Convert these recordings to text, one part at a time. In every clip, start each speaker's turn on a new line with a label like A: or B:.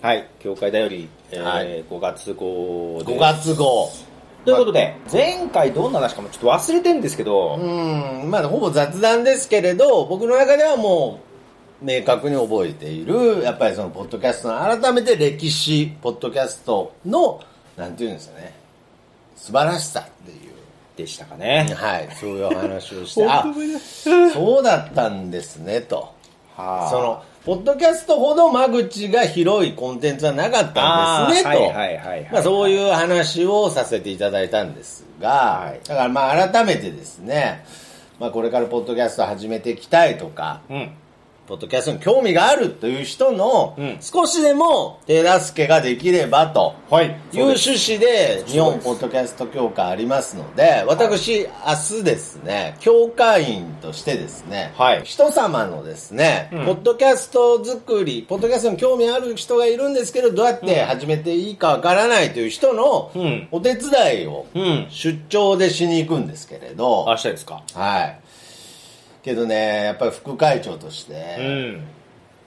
A: はい、教会だより、えー
B: はい
A: 5月号です
B: 5月号。
A: ということで、前回どんな話かもちょっと忘れてんですけど、
B: うん、まあ、ほぼ雑談ですけれど、僕の中ではもう、明確に覚えている、やっぱりその、ポッドキャストの、改めて歴史、ポッドキャストの、なんていうんですかね、素晴らしさっていう、
A: でしたかね。
B: はい、そういうお話を して、あ、そうだったんですね、と。
A: はあ
B: その、ポッドキャストほど間口が広いコンテンツはなかったんですね、
A: あー
B: と。
A: はいはいはいはい
B: まあそういう話をさせていただいたんですが、
A: はい
B: だからまあ改めてですね、まあこれからポッドキャスト始めていきたいとか、
A: うん。
B: ポッドキャストに興味があるという人の
A: うん
B: 少しでも手助けができればと。
A: はい。
B: いう趣旨で日
A: そう
B: 本
A: です
B: ポッドキャスト協会ありますので、私、明日ですね、協会員としてですね、
A: はい
B: 人様のですね、
A: うん
B: ポッドキャスト作り、ポッドキャストに興味ある人がいるんですけど、どうやって始めていいかわからないという人の
A: うん
B: お手伝いを
A: うん。
B: 出張でしに行くんですけれど、
A: 明日ですか。
B: はい。けどね、やっぱり副会長とし
A: う
B: て、
A: ん。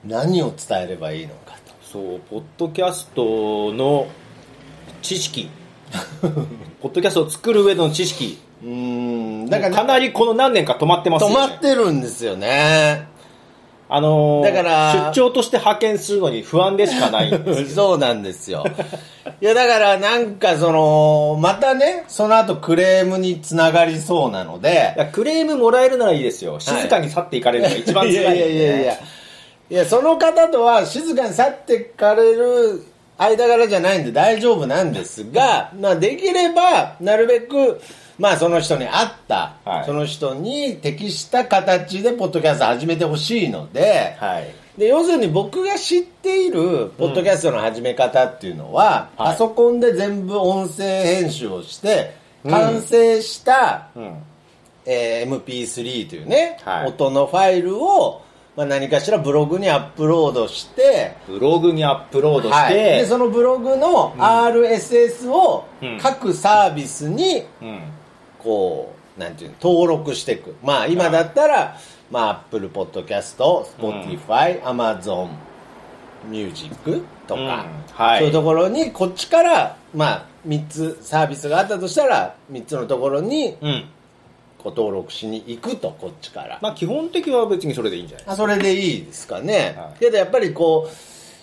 B: 何を伝えればいいのかと。
A: そう、ポッドキャストの知識。 ポッドキャストを作る上での知識。
B: うーん、だ
A: だ
B: か
A: から
B: ら、
A: かなりこの何年か止まってますよ
B: 止
A: ね。
B: まってるんですよね。
A: あのー
B: だから
A: 出張として派遣するのに不安でしかないんです
B: そうなんですよ。いや、だからなんかその、またね、その後クレームにつながりそうなの
A: い
B: で、
A: やクレームもらえるならいいですよ。静かに去っていかれるのが一番辛いんで、
B: やいやいやいや、いや、その方とは静かに去ってかれる間柄じゃないんで大丈夫なんですが、まあできれば、なるべく、まあその人に合った、
A: はい
B: その人に適した形でポッドキャスト始めてほしいので、
A: はい。
B: で要するに僕が知っているポッドキャストの始め方っていうのは、パソコンで全部音声編集をして完成した、
A: うん。
B: えー MP3 というね、
A: はい
B: 音のファイルを、まあ、何かしらブログにアップロードして、
A: ブログにアップロードして、
B: はいでそのブログの RSS を
A: うん
B: 各サービスに
A: うん。
B: こう、なんていうの、登録していく。まあ、今だったら、まあ、Apple Podcast、Spotify、Amazon Music と
A: うん
B: か、
A: はい
B: そういうところに、こっちから、まあ、3つサービスがあったとしたら、3つのところに、
A: うん。
B: こう、登録しに行くと、こっちから。
A: まあ基本的は別にそれでいいんじゃない
B: あそれでいいですかね。
A: はい
B: けど、やっぱりこ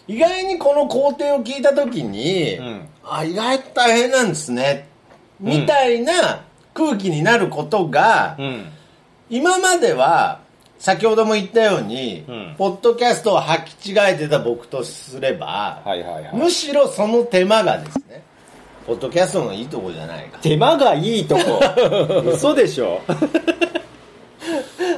B: う、意外にこの工程を聞いたときに、
A: うん
B: あ、意外と大変なんですね、みたいな空気になることが、
A: うん。
B: 今までは先ほども言ったように、
A: うん
B: ポッドキャストを履き違えてた僕とすれば、
A: はいはいはい。
B: むしろその手間がですねポッドキャストのいいとこじゃないか
A: 手間がいいと こ嘘でしょ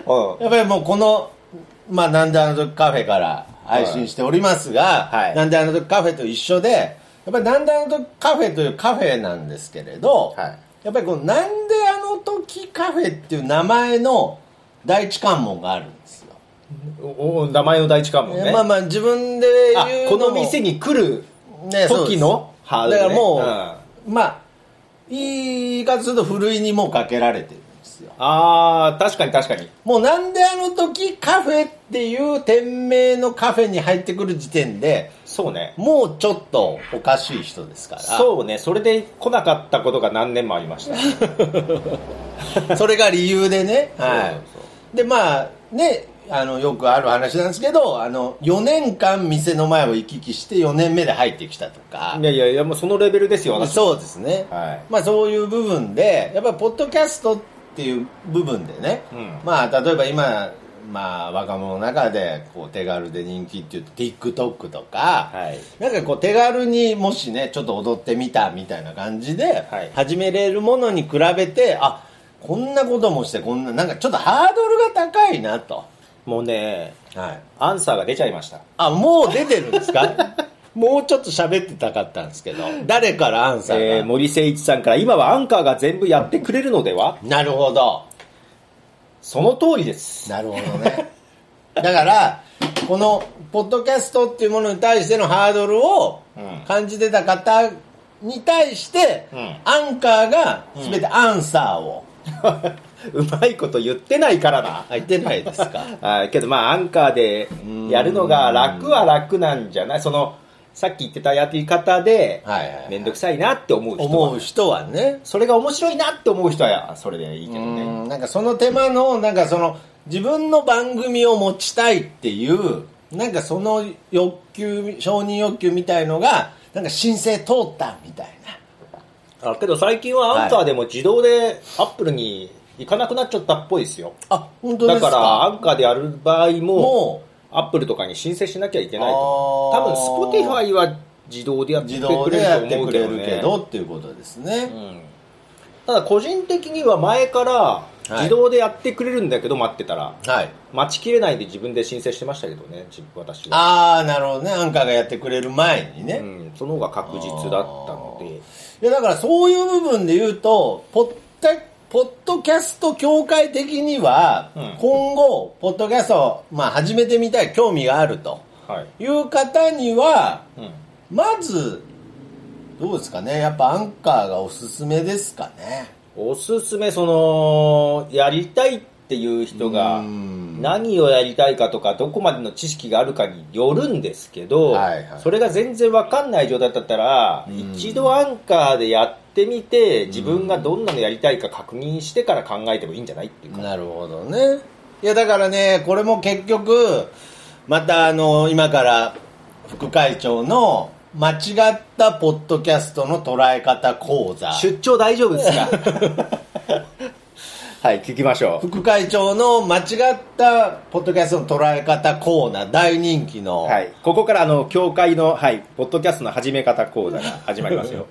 A: う
B: やっぱり もうこの「まあ、なんであの時カフェ」から配信しておりますが、
A: はい
B: なんであの時カフェと一緒でやっぱり「なんであの時カフェ」というカフェなんですけれど、
A: はい
B: やっぱりこの「なんであの時カフェ」っていう名前の第一関門があるんですよ
A: んおお名前の第一関門ね、
B: まあまあ自分で
A: あ
B: 言う
A: こ
B: のも
A: の店に来る
B: ねそうで
A: 時
B: す
A: のハード
B: だ
A: ル、ね、
B: からも
A: ん
B: う、まあ言い方するとふるいにもうかけられてるんですよ
A: あー確かに確かに
B: もうなんであの時カフェっていう店名のカフェに入ってくる時点で
A: そうね
B: もうちょっとおかしい人ですから
A: そうねそれで来なかったことが何年もありました
B: それが理由でねは
A: そうそう
B: いでまあねあのよくある話なんですけどあの4年間店の前を行き来して4年目で入ってきたとか
A: いやいやいやもうそのレベルですよ私
B: そうですね、
A: はい
B: まあ、そういう部分でやっぱりポッドキャストっていう部分でね、
A: うん
B: まあ、例えば今、まあ、若者の中でこう手軽で人気っていうと TikTok とか、
A: はい
B: なんかこう手軽にもしねちょっと踊ってみたみたいな感じで
A: はい
B: 始めれるものに比べて、あこんなこともしてこんななんかちょっとハードルが高いなと、
A: もうね
B: はい、
A: アンサーが出ちゃいました
B: あもう出てるんで すかもうちょっと喋ってたかったんですけど誰からアンサーが、
A: えー、森誠一さんから今はアンカーが全部やってくれるのでは
B: なるほど
A: その通りです
B: なるほどね。だから、この、ポッドキャストっていうものに対してのハードルを
A: うん
B: 感じてた方に対して、
A: うん
B: アンカーが全てアンサーを、
A: うまいこと言ってないからな
B: 入ってないですか。
A: あーけどまあアンカーでやるのが楽は楽なんじゃないそのさっき言ってたやり方で
B: はいはいはい
A: 面倒くさいなって思う人は
B: 思う人はね
A: それが面白いなって思う人はそれでいいけどね
B: うんなんかその手間のなんかその自分の番組を持ちたいっていうなんかその欲求承認欲求みたいのがなんか申請通ったみたいな
A: あけど最近はアンカーでも自動でアップルに行かなくなっちゃったっぽいですよ
B: あ本当で
A: だ
B: すか
A: からアンカーでやる場合も
B: も
A: アップルとかに申請しなきゃいけないと思う多
B: あ
A: 分
B: ー
A: Spotify は自動でや
B: う
A: って
B: 自
A: く
B: 動で
A: れ
B: や
A: ると
B: って
A: 思う
B: く
A: け
B: れ
A: ど
B: る
A: ね
B: けどっていうことですね、
A: うんただ個人的には前から
B: い
A: 自動でやってくれるんだけど待ってたら、
B: はい
A: 待ちきれないで自分で申請してましたけどね自私は、
B: ああなるほどねアンカーがやってくれる前にね、
A: うん、その方が確実だったので
B: いやだからそういう部分で言うとポッタポッドキャスト協会的には、
A: うん
B: 今後ポッドキャストを、まあ、始めてみたい興味があると
A: はい、
B: いう方には
A: うん、
B: まずどうですかねやっぱアンカーがおすすめですかね
A: おすすめそのやりたいっていう人が
B: うん
A: 何をやりたいかとかどこまでの知識があるかによるんですけど、
B: はいはい
A: それが全然わかんない状態だったら、
B: うん
A: 一度アンカーでやってみて自分がどんなのやりたいか確認してから考えてもいいんじゃないっていうか、
B: なるほどねいやだからねこれも結局またあの今から副会長の間違ったポッドキャストの捉え方講座
A: 出張大丈夫ですか はい聞きましょ
B: 副会長の間違ったポッドキャストの捉え方コーナー大人気
A: う
B: の、
A: はいここからあの教会のはいポッドキャストの始め方講座が始まり ますよ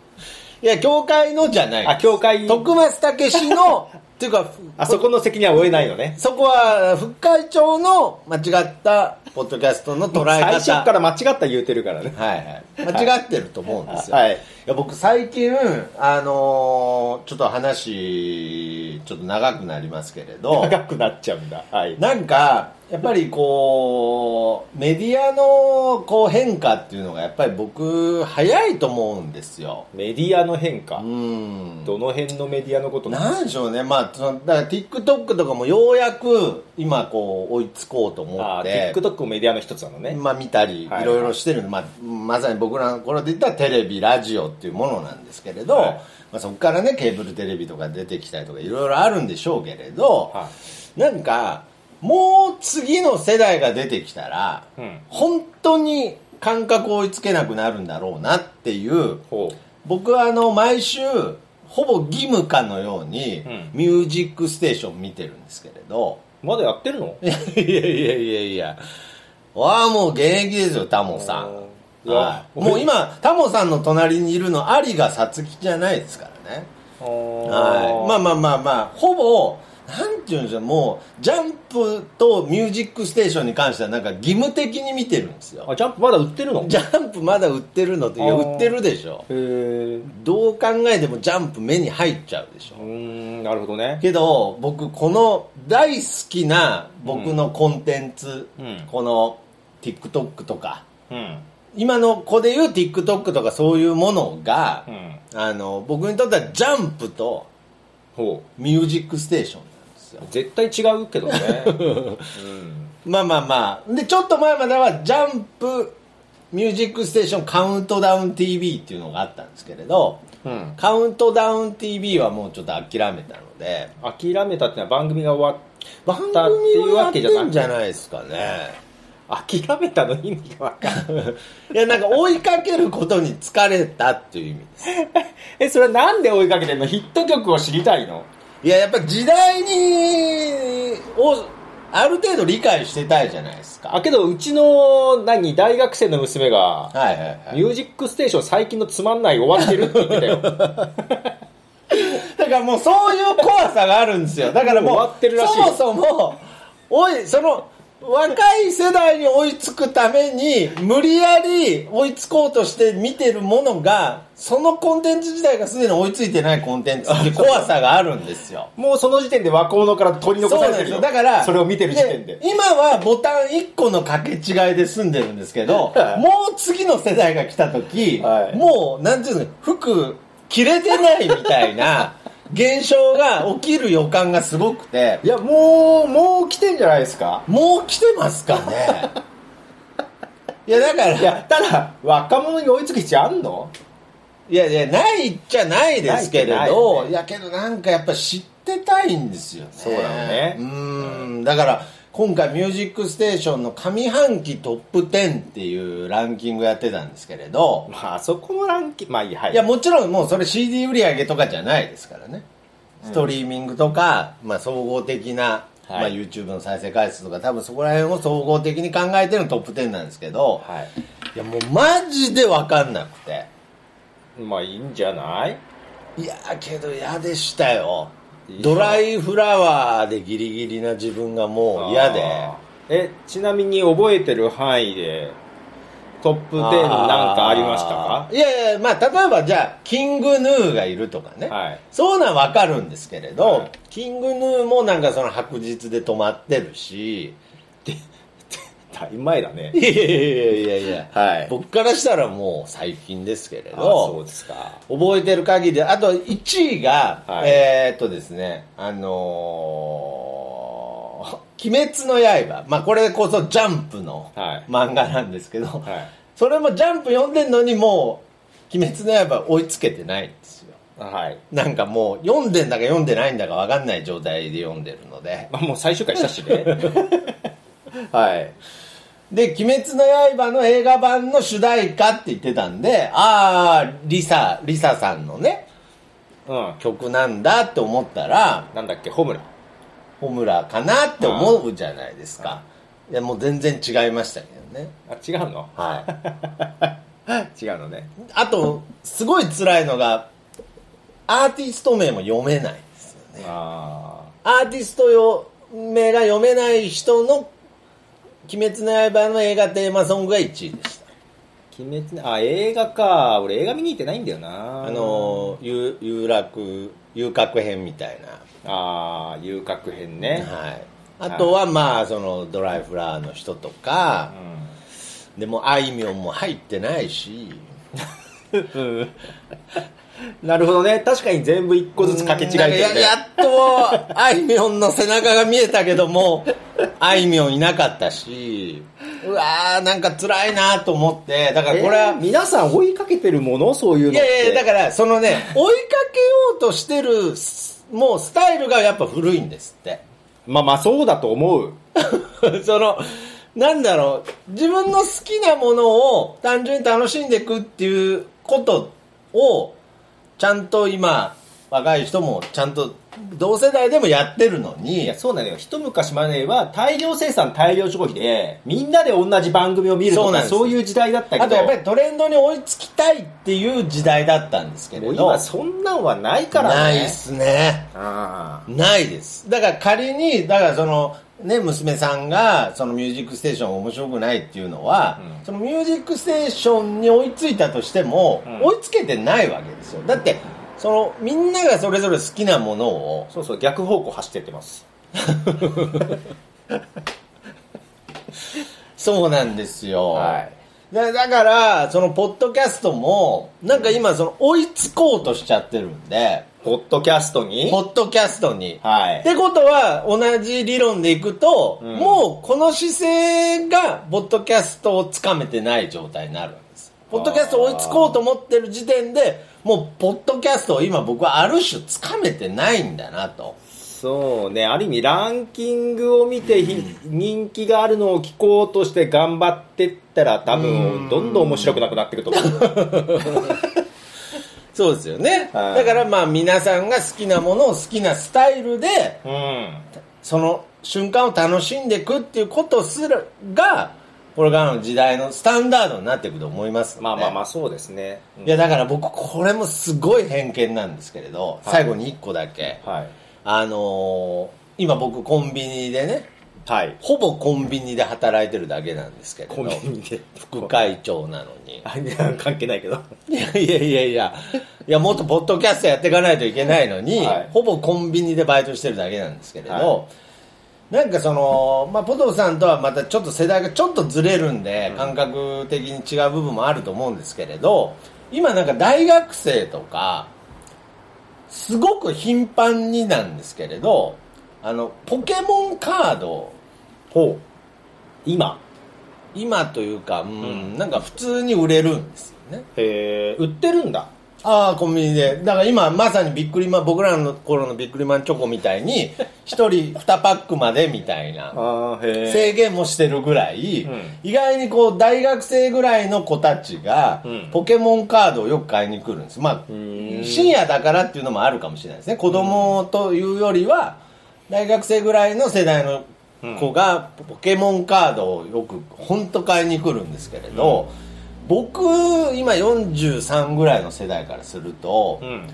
B: いや教会のじゃない
A: あ教会
B: 徳松武 史のっていうか
A: あそこの責任は負えないのね
B: そこは副会長の間違ったポッドキャストの捉
A: 最
B: え方
A: 初から間違った言うてるからね
B: はいはい、間違ってると思うんですよ、
A: はい
B: や僕最近あのーちょっと話ちょっと長くなりますけれど
A: 長くなっちゃうんだはい
B: なんかやっぱりこうメディアのこう変化っていうのがやっぱり僕早いと思うんですよ
A: メディアの変化
B: うん
A: どの辺のメディアのこと
B: なんでしょうねまあそのだから TikTok とかもようやく今こう追いつこうと思
A: あ
B: っ
A: あ
B: て
A: TikTok もメディアの一つなのね
B: まあ見たりい
A: はい
B: ろいろしてるんで、まあ、まさに僕らの頃で言ったらテレビラジオっていうものなんですけれど、
A: はい
B: まあ、そこからねケーブルテレビとか出てきたりとかいろいろあるんでしょうけれど、
A: は
B: なんかもう次の世代が出てきたら、
A: うん
B: 本当に感覚を追いつけなくなるんだろうなっていう
A: ほう
B: 僕はあの毎週ほぼ義務かのように
A: うん
B: 「ミュージックステーション」見てるんですけれど、
A: まだやってるの
B: いやいやいやいやいや。わあ、もう現役ですよ、タモさん。
A: うん
B: はい、
A: いや
B: もう今、タモさんの隣にいるの、アリがサツキじゃないですからね。はい。ま
A: ま
B: あまあまあまあ、ほぼ、なんていうんでしょう、もう、ジャンプとミュージックステーションに関しては、なんか義務的に見てるんですよ。
A: あジャンプまだ売ってるの
B: ジャンプまだ売ってるのって、いや、
A: あー
B: 売ってるでしょ。
A: へえ
B: どう考えてもジャンプ目に入っちゃうでしょ
A: うー。んなるほどね
B: けど僕この大好きな僕のコンテンツ、
A: うん
B: この TikTok とか
A: うん
B: 今の子で言う TikTok とかそういうものが
A: う、ん
B: あの僕にとってはジャンプと
A: ほ
B: ミュージックステーションなんですよ
A: う絶対違うけどね うん
B: まあまあまあでちょっと前まではジャンプミュージックステーションカウントダウン TV っていうのがあったんですけれど
A: うん
B: カウントダウン TV はもうちょっと諦めたので
A: 諦めたってのは番組が終わ
B: 番
A: っ
B: 組
A: たっていう
B: をや
A: わ
B: っ
A: けじゃ
B: て
A: なんく
B: じゃないですかね
A: 諦めたの意味がわかんない
B: いや、なんか追いかけることに疲れたっていう意味です。
A: え、それはなんで追いかけてんのヒット曲を知りたいの
B: いや、やっぱ時代に、を、ある程度理解してたいじゃないですか。
A: あ、けど、うちの、何、大学生の娘が、
B: はいはいはい。
A: ミュージックステーション最近のつまんない終わってるって言ってたよ。
B: だからもうそういう怖さがあるんですよ。だからもう、
A: 終わってるらしい
B: そもそも、おい、その、若い世代に追いつくために、無理やり追いつこうとして見てるものが、そのコンテンツ自体がすでに追いついてないコンテンツって怖さがあるんですよ。
A: もうその時点で若者から取り残
B: そ
A: さ
B: う
A: れ
B: なん
A: て
B: です
A: る
B: よ
A: よ。
B: だから
A: それを見てる時点で。
B: 今はボタン1個の掛け違いで済んでるんですけ ど
A: はい
B: もう次の世代が来た時、
A: はい
B: もうなんていうの服着れてないみた いな現象が起きる予感がすごくて
A: いや、もう、もう来てんじゃないですか
B: もう来てますかねいや、だから、
A: いや、ただ、若者に追いつく必要あんの
B: いやいや、ないっちゃないですけれ
A: ないっちゃない
B: ど、
A: よね
B: いやけどなんかやっぱ知ってたいんですよね。
A: そうだよね
B: うーん。だから、今回ミュージックステーションの上半期トップ10っていうランキングやってたんですけれど、
A: まあ、そこのランキング、まあいい、はい。
B: いや、もちろんもうそれ CD 売り上げとかじゃないですからね。ストリーミングとか、まあ総合的な、
A: はい
B: まあ YouTube の再生回数とか多分そこら辺を総合的に考えてのトップ10なんですけど、
A: はい
B: やもうマジでわかんなくて。
A: い。まあ、いいんじゃない
B: いやーけど嫌でしたよ
A: いい
B: ドライフラワーでギリギリな自分がもう嫌で
A: あーえ、ちなみに覚えてる範囲で、トップ10なんかありましたか
B: あーいやいやまあ例えばじゃあキングヌーがいるとかね、
A: はい
B: そうなんわかるんですけれど、
A: はい
B: キングヌーもなんかその白日で止まってる し
A: だいぶ前だね
B: い。やいやいやいや、
A: はい
B: 僕からしたらもう最近ですけれど
A: あそうですか。
B: 覚えてる限りで、あと1位が、
A: はい
B: えー、っとですね、あのー鬼滅の刃。まあ、これこそジャンプの
A: はい
B: 漫画なんですけど、
A: はい
B: それもジャンプ読んでんのにもう、鬼滅の刃追いつけてないんですよ。
A: はい。
B: なんかもう、読んでんだか読んでないんだかわかんない状態で読んでるので。
A: まあ、もう最終回したしね。
B: はい。で、鬼滅の刃の映画版の主題歌って言ってたんで、あー、リサ、リサさんのね、
A: うん。
B: 曲なんだって思ったら、
A: なんだっけ、ホムラ。
B: ホムラかなって思うじゃないですか。いや、もう全然違いましたけどね。
A: あ、違うの
B: はい。
A: 違うのね。
B: あと、すごい辛いのが、アーティスト名も読めないんですよね。
A: あ
B: アーティストよ名が読めない人の、鬼滅の刃の映画テーマソングが1位でした。
A: ー鬼滅の、あ、映画か。俺映画見に行ってないんだよな。
B: あ、のー、遊遊楽、遊郭編みたいな。
A: ああ、遊郭編ね。
B: はい。あとは、まあ、その、ドライフラワーの人とか、でもあいみょんも入ってないし
A: うん。なるほどね。確かに全部一個ずつ掛け違えて
B: や
A: るね。
B: やっとあいみょんの背中が見えたけ どもあいみょんいなかったしうわーなんか辛いなと思ってだからこれ
A: え
B: は、
A: ー皆さん追いかけてるものそういうのっ
B: い
A: て。
B: やいやだからそのね追いかけようとしてるすもうスタイルがやっぱ古いんですって
A: まあまあそうだと思う。
B: そのなんだろう自分の好きなものを単純に楽しんでいくっていうことをちゃんと今、若い人もちゃんと同世代でもやってるの
A: い
B: に
A: や、、そうなのよ。一昔前は大量生産大量消費で、みんなで同じ番組を見る
B: そ
A: と
B: うな
A: か、
B: んです
A: そういう時代だったけど、
B: あとやっぱりトレンドに追いつきたいっていう時代だったんですけれ
A: も
B: ど、
A: う今そんなんはないからね。
B: ないっすね。
A: あ
B: ないです。だから仮に、だからその、ね、娘さんが、そのミュージックステーション面白くないっていうのは、
A: うん
B: そのミュージックステーションに追いついたとしても、
A: うん
B: 追いつけてないわけですよ。だって、その、みんながそれぞれ好きなものを
A: あ。、そうそう、逆方向走ってってます。
B: そうなんですよ。
A: はい
B: だだから、その、ポッドキャストも、なんか今、その、追いつこうとしちゃってるんで、
A: ポッドキャストに
B: ポッドキャストに。
A: はい
B: っ。てことは、同じ理論でいくと、
A: うん
B: もう、この姿勢が、ポッドキャストをつかめてない状態になるんです。ポッドキャストを追いつこうと思ってる時点で、もう、ポッドキャストを今僕はある種つかめてないんだなと。
A: そうね、ある意味ランキングを見てひ、人気があるのを聞こうとして頑張ってったら多分、どんどん面白くなくなっていくと思う。
B: そうですよね。
A: はい
B: だからまあ皆さんが好きなものを好きなスタイルで、
A: うん。
B: その瞬間を楽しんでいくっていうことすらがこれからの時代のスタンダードになっていくと思いますので
A: まあまあまあ、そうですね。うん
B: いやだから僕これもすごい偏見なんですけれど、最後に1個だけ、
A: はい。
B: あのー今僕コンビニでね
A: はい。
B: ほぼコンビニで働いてるだけなんですけれど
A: コンビニで。
B: 副会長なのに
A: あいや関係ないけど。
B: いやいやいやいやいやもっとポッドキャストやっていかないといけないのに、
A: はい
B: ほぼコンビニでバイトしてるだけなんですけれど、
A: は
B: なんかその、まあ、ポトフさんとはまたちょっと世代がちょっとずれるんで、感覚的に違う部分もあると思うんですけれど今なんか大学生とかすごく頻繁になんですけれどあのポケモンカードを
A: ほう。今。
B: 今というか、うん、なんか普通に売れるんですよね。
A: えー、売ってるんだ。
B: ああ、コンビニで。だから今まさにビックリマン、僕らの頃のビックリマンチョコみたいに、一人2パックまでみたいな。
A: あーへえ。
B: 制限もしてるぐらい、
A: ん
B: 意外にこう大学生ぐらいの子たちが
A: ん
B: ポケモンカードをよく買いに来るんです、まあ、
A: ーん
B: 深夜だからっていうのもあるかもしれないですね子供というよりは大学生ぐらいの世代の子がポケモンカードをよく本当買いに来るんですけれど、僕今43ぐらいの世代からすると、
A: うん。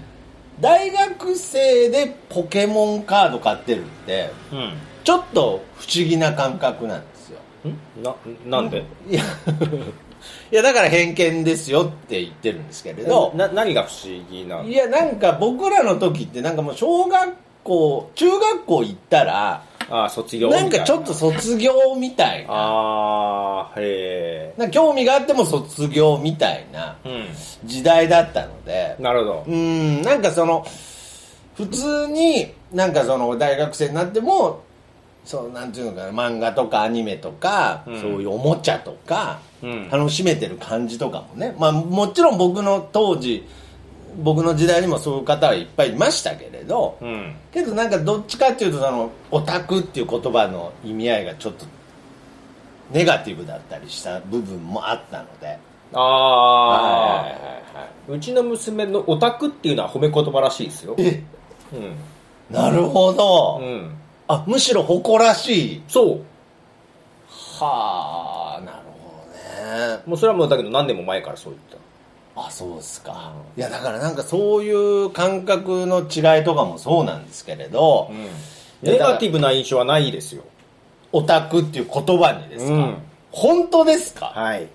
B: 大学生でポケモンカード買ってるって
A: うん。
B: ちょっと不思議な感覚なんですよ。
A: んな、なんで
B: いや、 いやだから偏見ですよって言ってるんですけれど、
A: な、何が不思議なの
B: いや、なんか僕らの時ってなんかもう小学校、中学校行ったら、
A: あー卒業みたい
B: なん
A: な。
B: かちょっと卒業みたいな。
A: あー、へ
B: なんか興味があっても卒業みたいな
A: え。うん。
B: 時代だったので、
A: なるほど
B: う。ん、なんかその、普通に、なんかその、大学生になっても、そう、なんていうのかな、漫画とかアニメとか、
A: うん
B: そういうおもちゃとか、
A: うん
B: 楽しめてる感じとかもね。まあ、もちろん僕の当時、僕の時代にもそういう方はいっぱいいましたけれど、
A: うん。
B: けどなんかどっちかっていうと、その、オタクっていう言葉の意味合いがちょっと、ネガティブだったりした部分もあったので。
A: あー。
B: はいは
A: うちの娘のオタクっていうのは褒め言葉らしいですよ。
B: いはい。え、
A: うん。
B: なるほど。
A: うん。
B: あ、むしろ誇らしい。
A: そう。
B: はあ、なるほどね。
A: もうそれはもうだけど何年も前からそう言って
B: あ、そうですか。いや、だからなんかそういう感覚の違いとかもそうなんですけれど、
A: た。ネガティブな印象はないですよ。
B: オタクっていう言葉にですか、
A: うん
B: 本当ですか、
A: はい。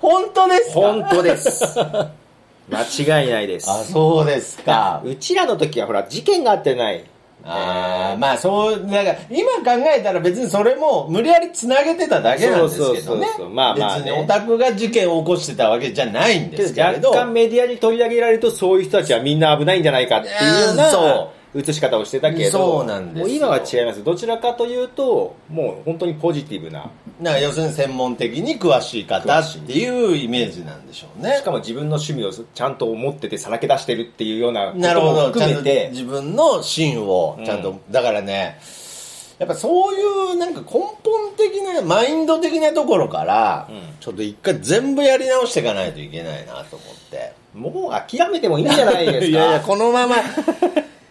B: 本当ですか
A: 本当です。 間違いないです。
B: あ、そうですか。
A: うちらの時はほら、事件があってない。
B: あーまあそう、なんか今考えたら別にそれも無理やり繋げてただけなんですけどね
A: そうそうそうそう。まあまあね
B: 別にオタクが事件を起こしてたわけじゃないん
A: け
B: です
A: ど
B: けれど。
A: 若干メディアに取り上げられるとそういう人たちはみんな危ないんじゃないかっていうよう
B: いやーそ
A: な映し方をしてたけど
B: そうなんですよ
A: もう今は違いますどちらかというともう本当にポジティブな
B: なんか要するに専門的に詳しい方っていうイメージなんでしょうね。
A: しかも自分の趣味をちゃんと持っててさらけ出してるっていうようなこ
B: なる
A: と
B: ほ
A: も
B: ど。ち
A: 含
B: ゃん
A: め
B: と
A: て
B: 自分の芯をちゃんと、だからね、やっぱそういうなんか根本的な、マインド的なところから、ちょっと一回全部やり直していかないといけないなと思って。
A: もう諦めてもいいんじゃないですか
B: いやいや、こ のまま、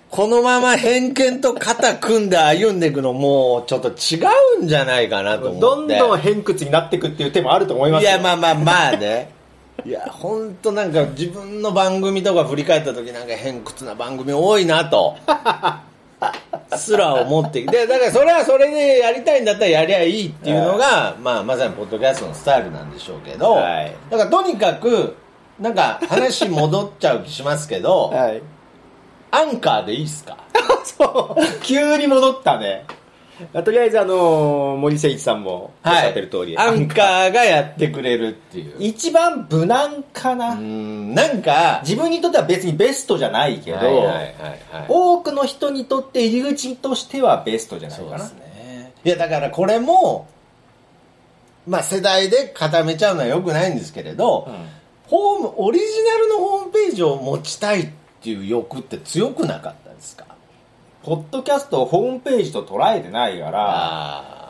B: このまま偏見と肩組んで歩んでいくのもうちょっと違うんじゃないかなと思って。
A: どんどん偏屈になっていくっていう手もあると思います
B: い
A: よ
B: や、まあまあまあね。 いや、ほんとなんか自分の番組とか振り返った時なんか偏屈な番組多いなと。 すら思ってきて、だからそれはそれでやりたいんだったらやりゃいいっていうのが、まあまさにポッドキャストのスタイルなんでしょうけど、
A: はい
B: だからとにかく、なんか話戻っちゃう気しますけど、
A: はい
B: アンカーでいいっすか
A: そう急に戻ったねとりあえずあのー森誠一さんもおっしゃってる通り、
B: アンカーがやってくれるっていう。
A: 一番無難かな、
B: うん、なんか、
A: 自分にとっては別にベストじゃないけど、
B: はいはいはいはい
A: 多くの人にとって入り口としてはベストじゃない
B: そう
A: か
B: で
A: な
B: すね。いや、だからこれも、まあ世代で固めちゃうのは良くないんですけれど、
A: うん
B: ホーム、オリジナルのホームページを持ちたいっていう欲って強くなかったですか
A: ポッドキャストをホームページと捉えてないから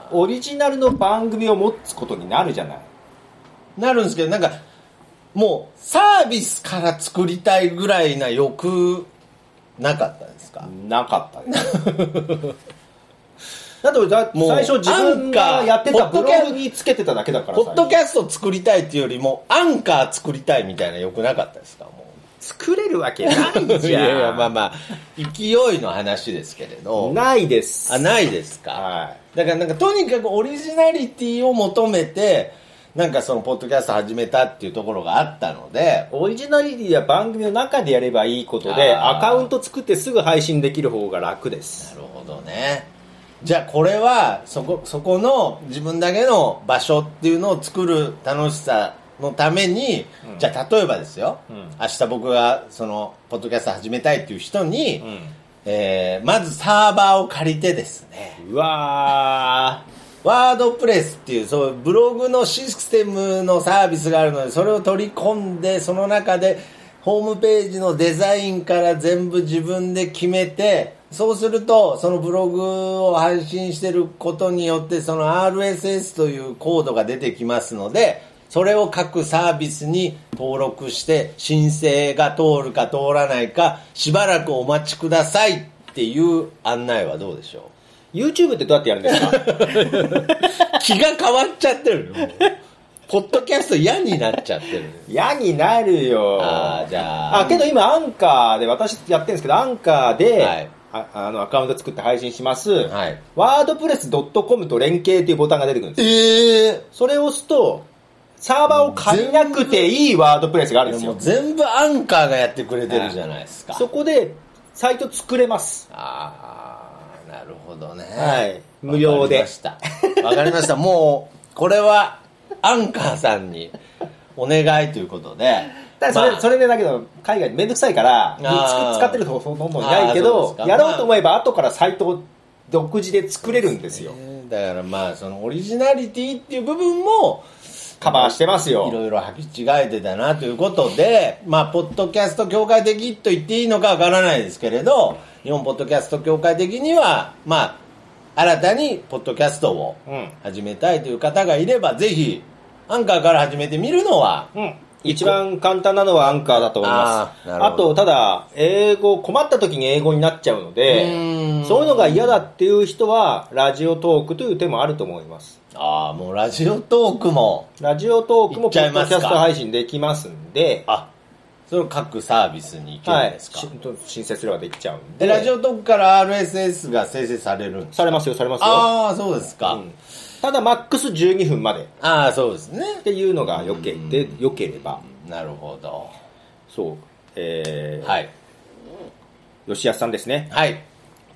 B: あ
A: オリジナルの番組を持つことになるじゃない
B: あ。なるんですけど、なんか、もうサービスから作りたいぐらいな欲、なかったですか、
A: なか ったですだって俺だ
B: もう
A: 最初自分
B: ア
A: が
B: ンカー
A: やってたブロ
B: ポッドキ
A: グ
B: ャ
A: につけてただけだから
B: ポッドキ
A: ャ
B: ャスト作りたいっていうよりも、アンカー作りたいみたいな欲なかったですかもう。
A: 作れるわけ ない
B: い
A: じゃん
B: やいや、まあまあ、勢いの話ですけれど。
A: ないです
B: あ、ないですか、
A: は
B: だからなんかとにかくオリジナリティを求めて、なんかそのポッドキャスト始めたっていうところがあったので、
A: オリジナリティは番組の中でやればいいことで
B: あー
A: アカウント作ってすぐ配信できる方が楽です
B: なるほどね。じゃあこれは、そこ、そこの自分だけの場所っていうのを作る楽しさのために、じゃあ例えばですよ、
A: ん
B: 明日僕がそのポッドキャスト始めたいっていう人に、
A: ん
B: えーまずサーバーを借りてですね、
A: うわ
B: ワードプレスっていう、そういうブログのシステムのサービスがあるので、それを取り込んで、その中で、ホームページのデザインから全部自分で決めて、そうすると、そのブログを配信してることによって、その RSS というコードが出てきますので、それを各サービスに登録して、申請が通るか通らないか、しばらくお待ちくださいっていう案内はどうでしょう
A: YouTube ってどうやってやるんですか
B: 気が変わっちゃってるよ。ポッドキャスト嫌になっちゃってる。
A: 嫌になるよ
B: あーじゃあ
A: あけど今アンカーで私やってるんですけどアンカーで、
B: はい
A: ああのアカウント作って配信します、
B: はい
A: ワードプレス .com と連携っていうボタンが出てくるんです
B: ええ
A: それを押すとサーバーを借りなくていいワードプレスがあるんです
B: も
A: よ
B: う全部アンカーがやってくれてるじゃないですか。
A: そこでサイト作れます
B: ああ、なるほどね。
A: はい無料で
B: わかりました。わかりました。もう、これは、アンカーさんにお願いということで。
A: ただそれ,、
B: まあ
A: それでだけど海外めんどくさいから
B: あー
A: つく使ってるとほとんどいないけど
B: あーそうですか
A: やろうと思えば後からサイトを独自で作れるんですよ
B: えーだからまあ、そのオリジナリティっていう部分も、
A: カバーしてます
B: い
A: よ
B: ろいろ履き違えてたなということで、まあ、ポッドキャスト協会的と言っていいのかわからないですけれど、日本ポッドキャスト協会的には、まあ、新たにポッドキャストを
A: うん
B: 始めたいという方がいれば、ぜひ、アンカーから始めてみるのは、
A: うん一番簡単なのはアンカーだと思います
B: あーな
A: あ
B: るほど
A: とただ英語困った時に英語になっちゃうの
B: うー
A: で
B: ん
A: そういうのが嫌だっていう人はラジオトークという手もあると思います
B: ああ、もうラジオトークも、
A: ラジオトークもポ
B: 行っちゃい
A: ッド
B: ます
A: キャ
B: か
A: スト配信できますんで
B: あ、その各サービスに行け
A: は
B: るん
A: い
B: ですか。
A: し申請すればできちゃうんで
B: で、ラジオトークから RSS が生成されるんです
A: されますよされますよ
B: ああ、そうですか。
A: うんただマックス12分までっ
B: ああ、そうですね。
A: ていうのがよけでよければ
B: なるほど。
A: そうえー
B: はい。
A: 吉安さんですね
B: はい。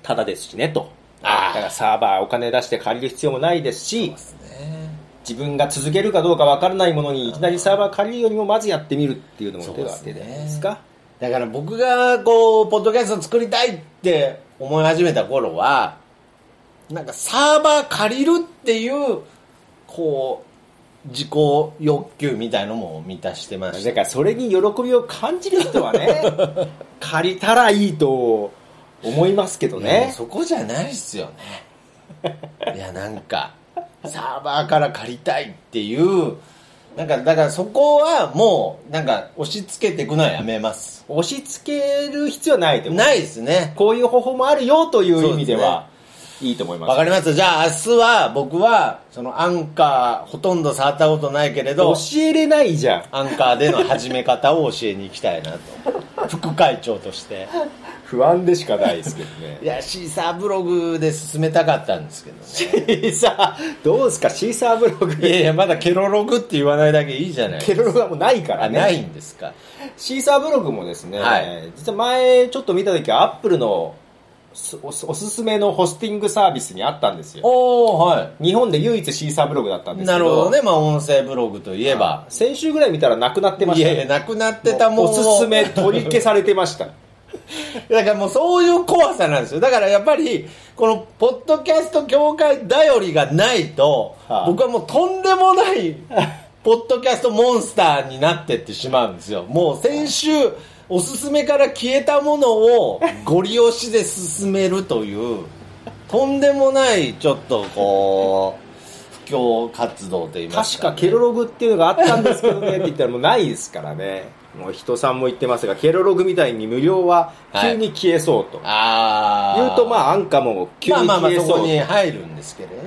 A: ただですしねと
B: あ
A: だ
B: ー
A: からサーバーお金出して借りる必要もないですし
B: ですね。
A: 自分が続けるかどうか分からないものにいきなりサーバー借りるよりもまずやってみるっていうのも手が手じゃないですか
B: だから僕がこう、ポッドキャスト作りたいって思い始めた頃は、なんかサーバー借りるっていう、こう、自己欲求みたいのも満たしてまし
A: だからそれに喜びを感じる人は ね借りたらいいと思いますけど
B: た。
A: ね
B: そこじゃないっすよね。い や、なんか、サーバーから借りたいっていう、なんか、だからそこはもう、なんか押し付けていくのはやめます。
A: 押し付ける必要はないと思う
B: ないですね。
A: こういう方法もあるよという意味では、いいと思いま
B: わ
A: す。
B: かりました。じゃあ明日は僕は、そのアンカー、ほとんど触ったことないけれど、
A: 教えれないじゃん。
B: アンカーでの始め方を教えに行きたいな と。副会長として。
A: 不安でしかないですけど
B: いや、シーサーブログで進めたかったんですけ どね。
A: ね。さあ、どうですか、シーサーブログ
B: い。やいや、まだケロログって言わないだけいいじゃない。
A: ケロロがもうないから
B: あ、
A: ね。
B: ないんですか。
A: シーサーブログもですね、
B: はい
A: 実は前ちょっと見た時はアップルのすおすおすすめのホスティングサービスにあったんですよ。
B: おー、は
A: 日本で唯一シーサーブログだったん
B: い。
A: ですけ
B: な
A: ど。
B: るほどね。まあ、音声ブログといえば。
A: 先週ぐらい見たらなくなってま
B: い
A: した
B: や
A: ね
B: いや、なくなってたもんを
A: おすすめ取り消されてま した。
B: だからもうそういう怖さなんですよ。だからやっぱり、このポッドキャスト協会頼りがないと、
A: はあ
B: 僕はもうとんでもない、ポッドキャストモンスターになってってしまうんですよ。もう先週、おすすめから消えたものをご利用しで進めるという、とんでもない、ちょっとこう、布教活動といいます
A: 確
B: か、
A: かケロログっていうのがあったんですけどねって言ったらもうないですからね。もう人さんも言ってますが、ケロログみたいに無料は急に消えそうと。
B: ああ。
A: 言うとま
B: あ、
A: あアンカーも急に
B: まあまあまあ
A: 消え
B: そ
A: そう。
B: こ
A: い
B: に入るんですけれどね。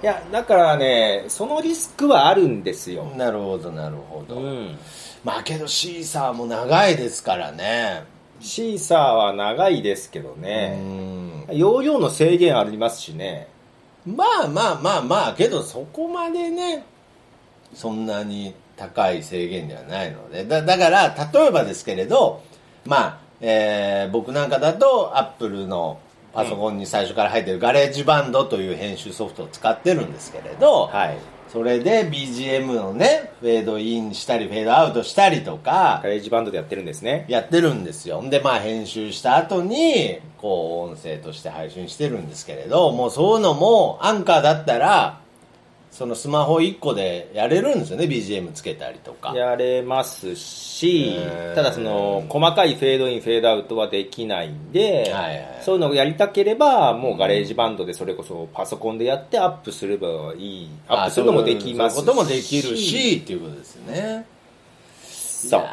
A: や、だからね、そのリスクはあるんですよ。
B: なるほど、なるほど。
A: ん。
B: まあけどシーサーも長いですからね。
A: シーサーは長いですけど
B: う
A: ね。
B: ん。
A: 容量の制限ありますしね。
B: まあまあまあまあ、けどそこまでね、そんなに高い制限ではないので。だだから、例えばですけれど、まあ、えー僕なんかだと、アップルのパソコンに最初から入ってるガレージバンドという編集ソフトを使ってるんですけれど、
A: はい。
B: それで BGM のね、フェードインしたり、フェードアウトしたりとか
A: ガ、レージバンドでやってるんですね。
B: やってるんですよ。で、まあ編集した後に、こう音声として配信してるんですけれど、もうそういうのも、アンカーだったら、そのスマホ1個でやれるんですよね BGM つけたりとか
A: やれますし
B: へー、
A: ただその、細かいフェードイン、フェードアウトはできないんで
B: はいはい、
A: そういうのをやりたければ、もうガレージバンドでそれこそパソコンでやってアップすればいい。アップするのもできます
B: そういうこともできる、しっていうことですよね
A: そ。
B: いうや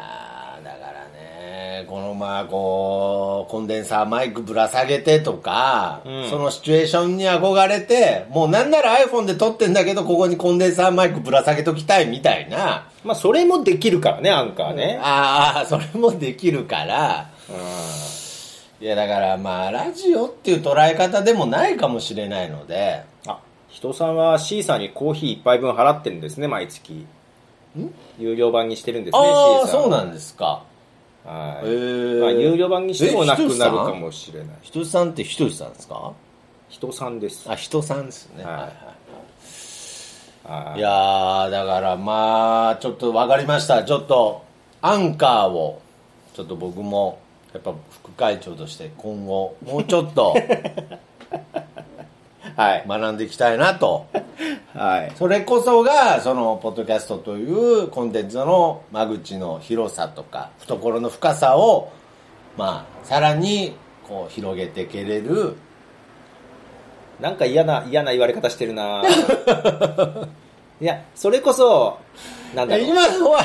B: ーだからねこのまあこうコンデンサーマイクぶら下げてとか、
A: うん
B: そのシチュエーションに憧れてもうなんなら iPhone で撮ってんだけどここにコンデンサーマイクぶら下げときたいみたいな、
A: まあ、それもできるからね、アンカーね。
B: ああそれもできるからいやだからまあラジオっていう捉え方でもないかもしれないので
A: あ、人さんは C さんにコーヒー一杯分払ってるんですね、毎月。有料版にしてるんですね、
B: ああ
A: C さん。
B: そうなんですか
A: は
B: へ
A: い。
B: ー
A: まあ、有料版にしてもなくなるか
B: え
A: もしれない。
B: ひとしさんってひとしさんですか
A: 人さんです。
B: あ、人さんですね。
A: はい
B: はい
A: は
B: はい。い
A: い
B: やー、だからまあ、ちょっとわかりました。ちょっと、アンカーを、ちょっと僕も、やっぱ副会長として今後、もうちょ っと
A: はい。
B: 学んでいきたいなと。
A: はい。
B: それこそが、その、ポッドキャストというコンテンツの間口の広さとか、懐の深さを、まあ、さらに、こう、広げていけれる、
A: なんか嫌な、嫌な言われ方してる ないや、それこそ、なんだろう。
B: 今のは、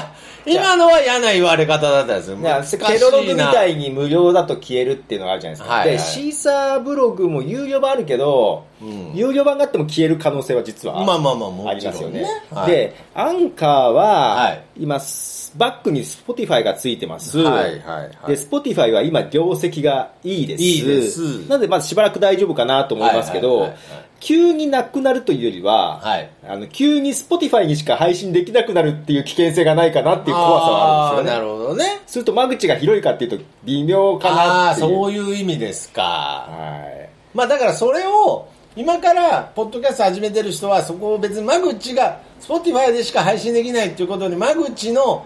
B: 今のは嫌な言われ方だったんですよ。
A: いや
B: 難しいな
A: ケロログみたいに無料だと消えるっていうのがあるじゃないですか。
B: はいはい
A: で、シーサーブログも有料版あるけど、
B: うん
A: 有料版があっても消える可能性は実は
B: まあまあまあ、も
A: ありますよね。
B: はい、
A: で、アンカーは、
B: はい
A: 今、スバックに Spotify がついてます。
B: はいはいはい
A: で、Spotify は今、業績がいいです。
B: いいです
A: なので、まあ、しばらく大丈夫かなと思いますけど、
B: はいはいはいはい
A: 急になくなるというよりは、
B: はい
A: あの急に Spotify にしか配信できなくなるっていう危険性がないかなっていう怖さはあるんですよ
B: あー
A: ね。
B: なるほどね。
A: すると、間口が広いかっていうと、微妙か
B: あ
A: な
B: あ
A: っ
B: ー、
A: ていう。
B: そういう意味ですか。
A: はい。
B: まあだからそれを、今から、ポッドキャスト始めてる人は、そこを別に間口が、Spotify でしか配信できないっていうことに、間口の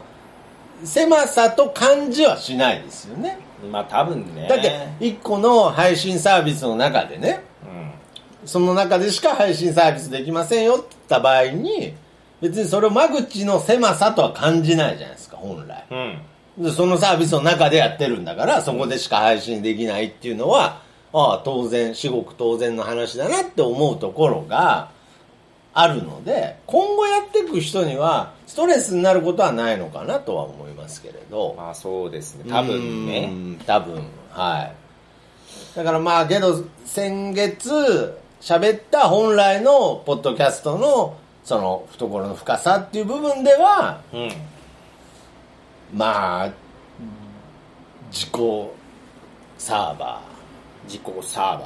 B: 狭さと感じはしないですよね。
A: まあ、多分ね。
B: だって、一個の配信サービスの中でね、
A: うん
B: その中でしか配信サービスできませんよって言った場合に、別にそれを間口の狭さとは感じないじゃないですか、本来。
A: うん。
B: でそのサービスの中でやってるんだから、そこでしか配信できないっていうのは、ああ、当然、至極当然の話だなって思うところがあるので、今後やっていく人には、ストレスになることはないのかなとは思いますけれど。
A: まあ、そうですね。多分ね。
B: うん多分はいだからまあけど先月喋った本来のポッドキャストのその懐の深さっていう部分では
A: うん。
B: まあ自己サーバ
A: 自己サーバー、
B: ー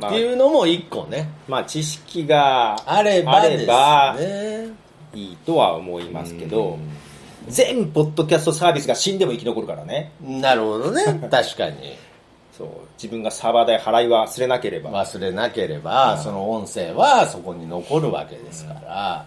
A: ま
B: っ
A: あ
B: ていうのも一個ね
A: まあ、知識が
B: あれば
A: あ
B: で
A: れば
B: すね
A: いいとは思いますけど、全ポッドキャストサービスが死んでも生き残るからね。
B: なるほど ね確かに
A: そう。自分がサーバー代払い忘れなければ。
B: 忘れなければ、その音声はそこに残るわけですから、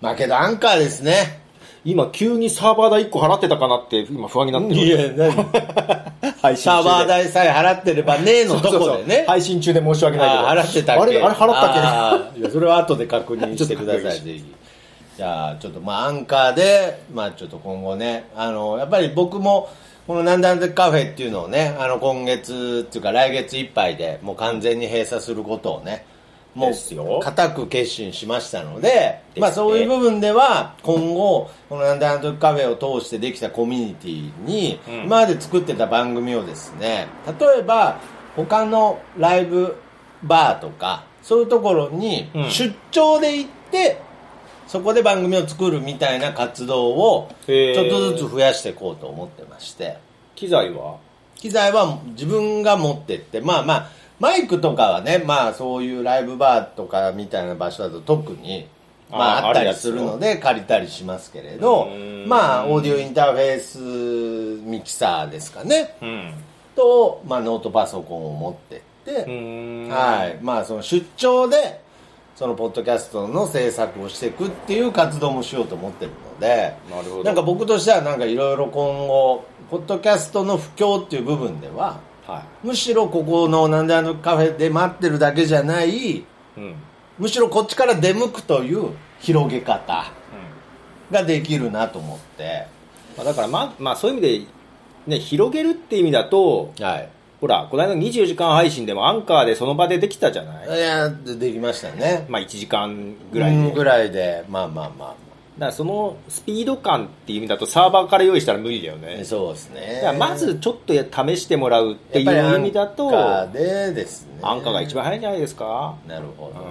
B: まあけどアンカーですね
A: 今、急にサーバー代1個払ってたかなって、今不安になって
B: い
A: る。
B: や、 何
A: 配信
B: サー
A: 中で
B: バー代さえ払ってればねえのとこでね。
A: 配信中で申し訳ないけど。
B: あー払ってたっ
A: あ
B: け
A: れ、あれ払ったっ
B: たっけいや、それは後で確認してくだ
A: ちょっと確認
B: さい、
A: し
B: ぜひ。じゃあ、ちょっとまあ、アンカーで、まあちょっと今後ね、あの、やっぱり僕も、このなんだなんだカフェっていうのをね、あの、今月っていうか来月いっぱいでもう完全に閉鎖することをね、も
A: ですよ
B: う、固く決心しましたので、
A: て
B: まあそういう部分では、今後、このなんだなんだカフェを通してできたコミュニティに、
A: うん
B: 今まで作ってた番組をですね、例えば、他のライブバーとか、そういうところに
A: うん
B: 出張で行って、そこで番組を作るみたいな活動を、
A: へー
B: ちょっとずつ増やしていこうと思ってまして、
A: け機材は
B: 機材は自分が持ってって、まあまあ、マイクとかはね、まあそういうライブバーとかみたいな場所だと特に、ま
A: あ
B: あ
A: ー
B: あった
A: あ
B: り
A: るやつ
B: するので借りたりしますけれど
A: うー、ん
B: まあオーディオインターフェースミキサーですかね、
A: うん。
B: と、まあノートパソコンを持ってって、
A: うん。
B: はい。まあ、その出張で、そのポッドキャストの制作をしていくっていう活動もしようと思ってるので、
A: なるほど
B: んか僕としてはなんかいろいろ今後、ポッドキャストの不況っていう部分では、
A: は
B: むしろここのなんであのカフェで待ってるだけじゃない、
A: い。うん。
B: むしろこっちから出向くという広げ方ができるなと思って、
A: まあ、だから、まあ、まあ、そういう意味で、ね、広げるって意味だと、
B: はい、
A: ほら、この間の24時間配信でもアンカーでその場でできたじゃない
B: いやでできましたね
A: まあ、1時間ぐらいで。
B: うんぐらいでまあまあま
A: だからそのスピード感っていう意味だとサーバーから用意したら無理だよ
B: あ、
A: ね。
B: そうですね
A: だからまずちょっとや試してもらうってい
B: やっぱり
A: う意味だと、ア
B: アンカーでですね
A: ンカーが一番早いんじゃないですか。
B: なるほど、
A: うん。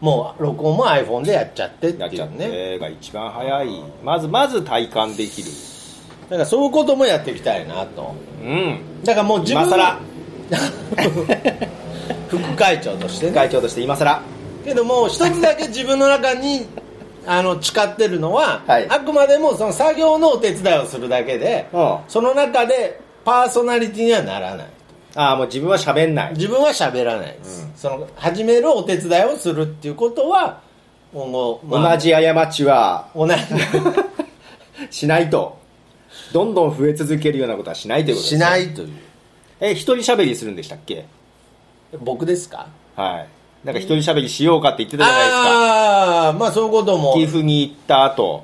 B: もう録音も iPhone でやっちゃってって
A: やっ
B: い
A: ちゃっ
B: うね
A: てが一番早い。まずまず体感できる。
B: だからそういうこともやっていきたいなと
A: うん。
B: だからもう自分
A: 今更
B: 副会長としてね
A: 会長として今更。
B: けどもう一つだけ自分の 中にあの誓ってるのは、
A: はい
B: あくまでもその作業のお手伝いをするだけで、
A: うん
B: その中でパーソナリティにはならない
A: ああ、もう自分は喋んない。
B: 自分は喋らないです、その始めるお手伝いをするっていうことは今後、まあ
A: 同じ過ちは
B: 同じ
A: しないと。どんどん増え続けるようなこと はしないということですね。
B: し
A: い。
B: ないという
A: え、一人喋りするんでしたっけ
B: 僕ですか
A: はい。なんか一人喋りしようかって言ってたじゃないですか。
B: ああーまあそういうことも
A: 岐阜に行った後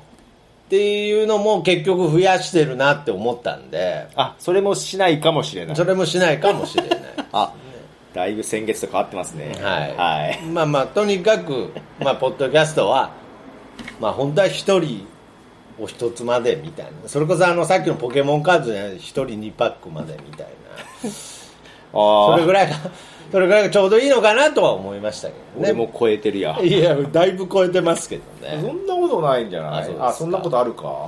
B: っていうのも結局増やしてるなって思ったんで
A: あそれもしないかもしれない
B: それもしないかもしれない
A: あだいぶ先月と変わってますね
B: はい、
A: はい、
B: まあまあとにかく、まあ、ポッドキャストはまあ本当は一人お一つまでみたいなそれこそあのさっきのポケモンカードじゃない一人二パックまでみたいな
A: あ
B: そ
A: あ
B: れぐらいがそれぐらいがちょうどいいのかなとは思いましたけどね
A: 俺も超えてるや
B: いやだいぶ超えてますけどね
A: んなことないんじゃ
B: ないあそんなこと
A: あるか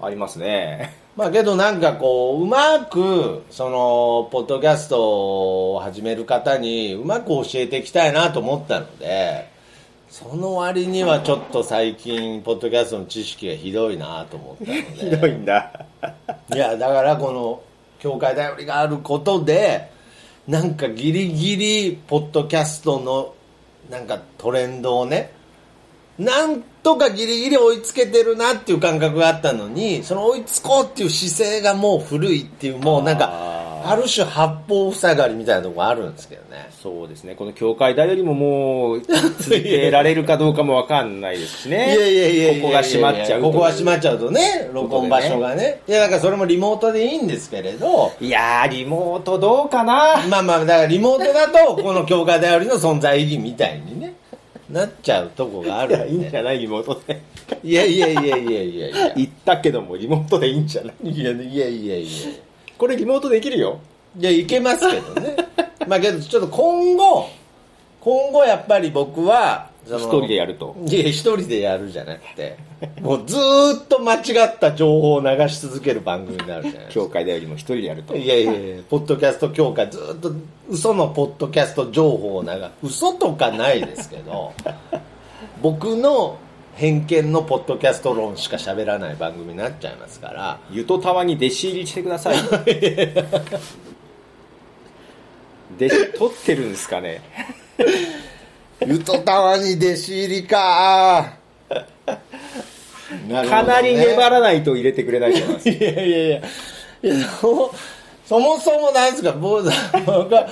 A: ありますね
B: まあけどなんかこううまくそのポッドキャストを始める方にうまく教えていきたいなと思ったのでその割にはちょっと最近ポッドキャストの知識がひどいなと思ったの
A: ひ
B: で
A: どいんだ
B: いやだからこの教会頼りがあることでなんかギリギリポッドキャストのなんかトレンドをねなんとかギリギリ追いつけてるなっていう感覚があったのにその追いつこうっていう姿勢がもう古いっていうもうなんか
A: あ
B: ある種八方塞がりみたいなとこがあるんですけどね
A: そうですねこの教会だよりももう続けられるかどうかもわかんないですし
B: い
A: ね
B: やいやいやいや
A: ここが閉まっちゃう
B: ここが閉ま
A: っ
B: っちゃうとね録音場所がねいやだからそれもリモートでいいんですけれど
A: いやーリモートどうかな
B: まあまあ、だからリモートだと、この教科頼りの存在意義みたいにね、なっちゃうとこがあ
A: いや
B: る
A: いい
B: ん
A: んじ
B: で。
A: ゃないリモート で
B: いやいやいやいやいやいや。
A: 言ったけどもリモートでいいんじゃない
B: いやいやいやいや。
A: これリモートできるよ
B: いや、いけますけどね。まあけど、ちょっと今後、今後やっぱり僕は、その
A: 一人でやると
B: いや、一人でやるじゃなくて、もうずーっと間違った情報を流し続ける番組になるじゃないですか
A: 教会だよりも一人でやると
B: いやいやいや、ポッドキャスト協会、ずっと嘘のポッドキャスト情報を流嘘とかないですけど、 僕の偏見のポッドキャスト論しか喋らない番組になっちゃいますから、
A: 湯とたわに弟子入りしてください 弟子取ってるんですかね
B: ゆとたわに弟子入りかなるほど ね
A: かなり粘らないと入れてくれないと思います
B: いやいやいやいやそもそもそもなんですか僕僕が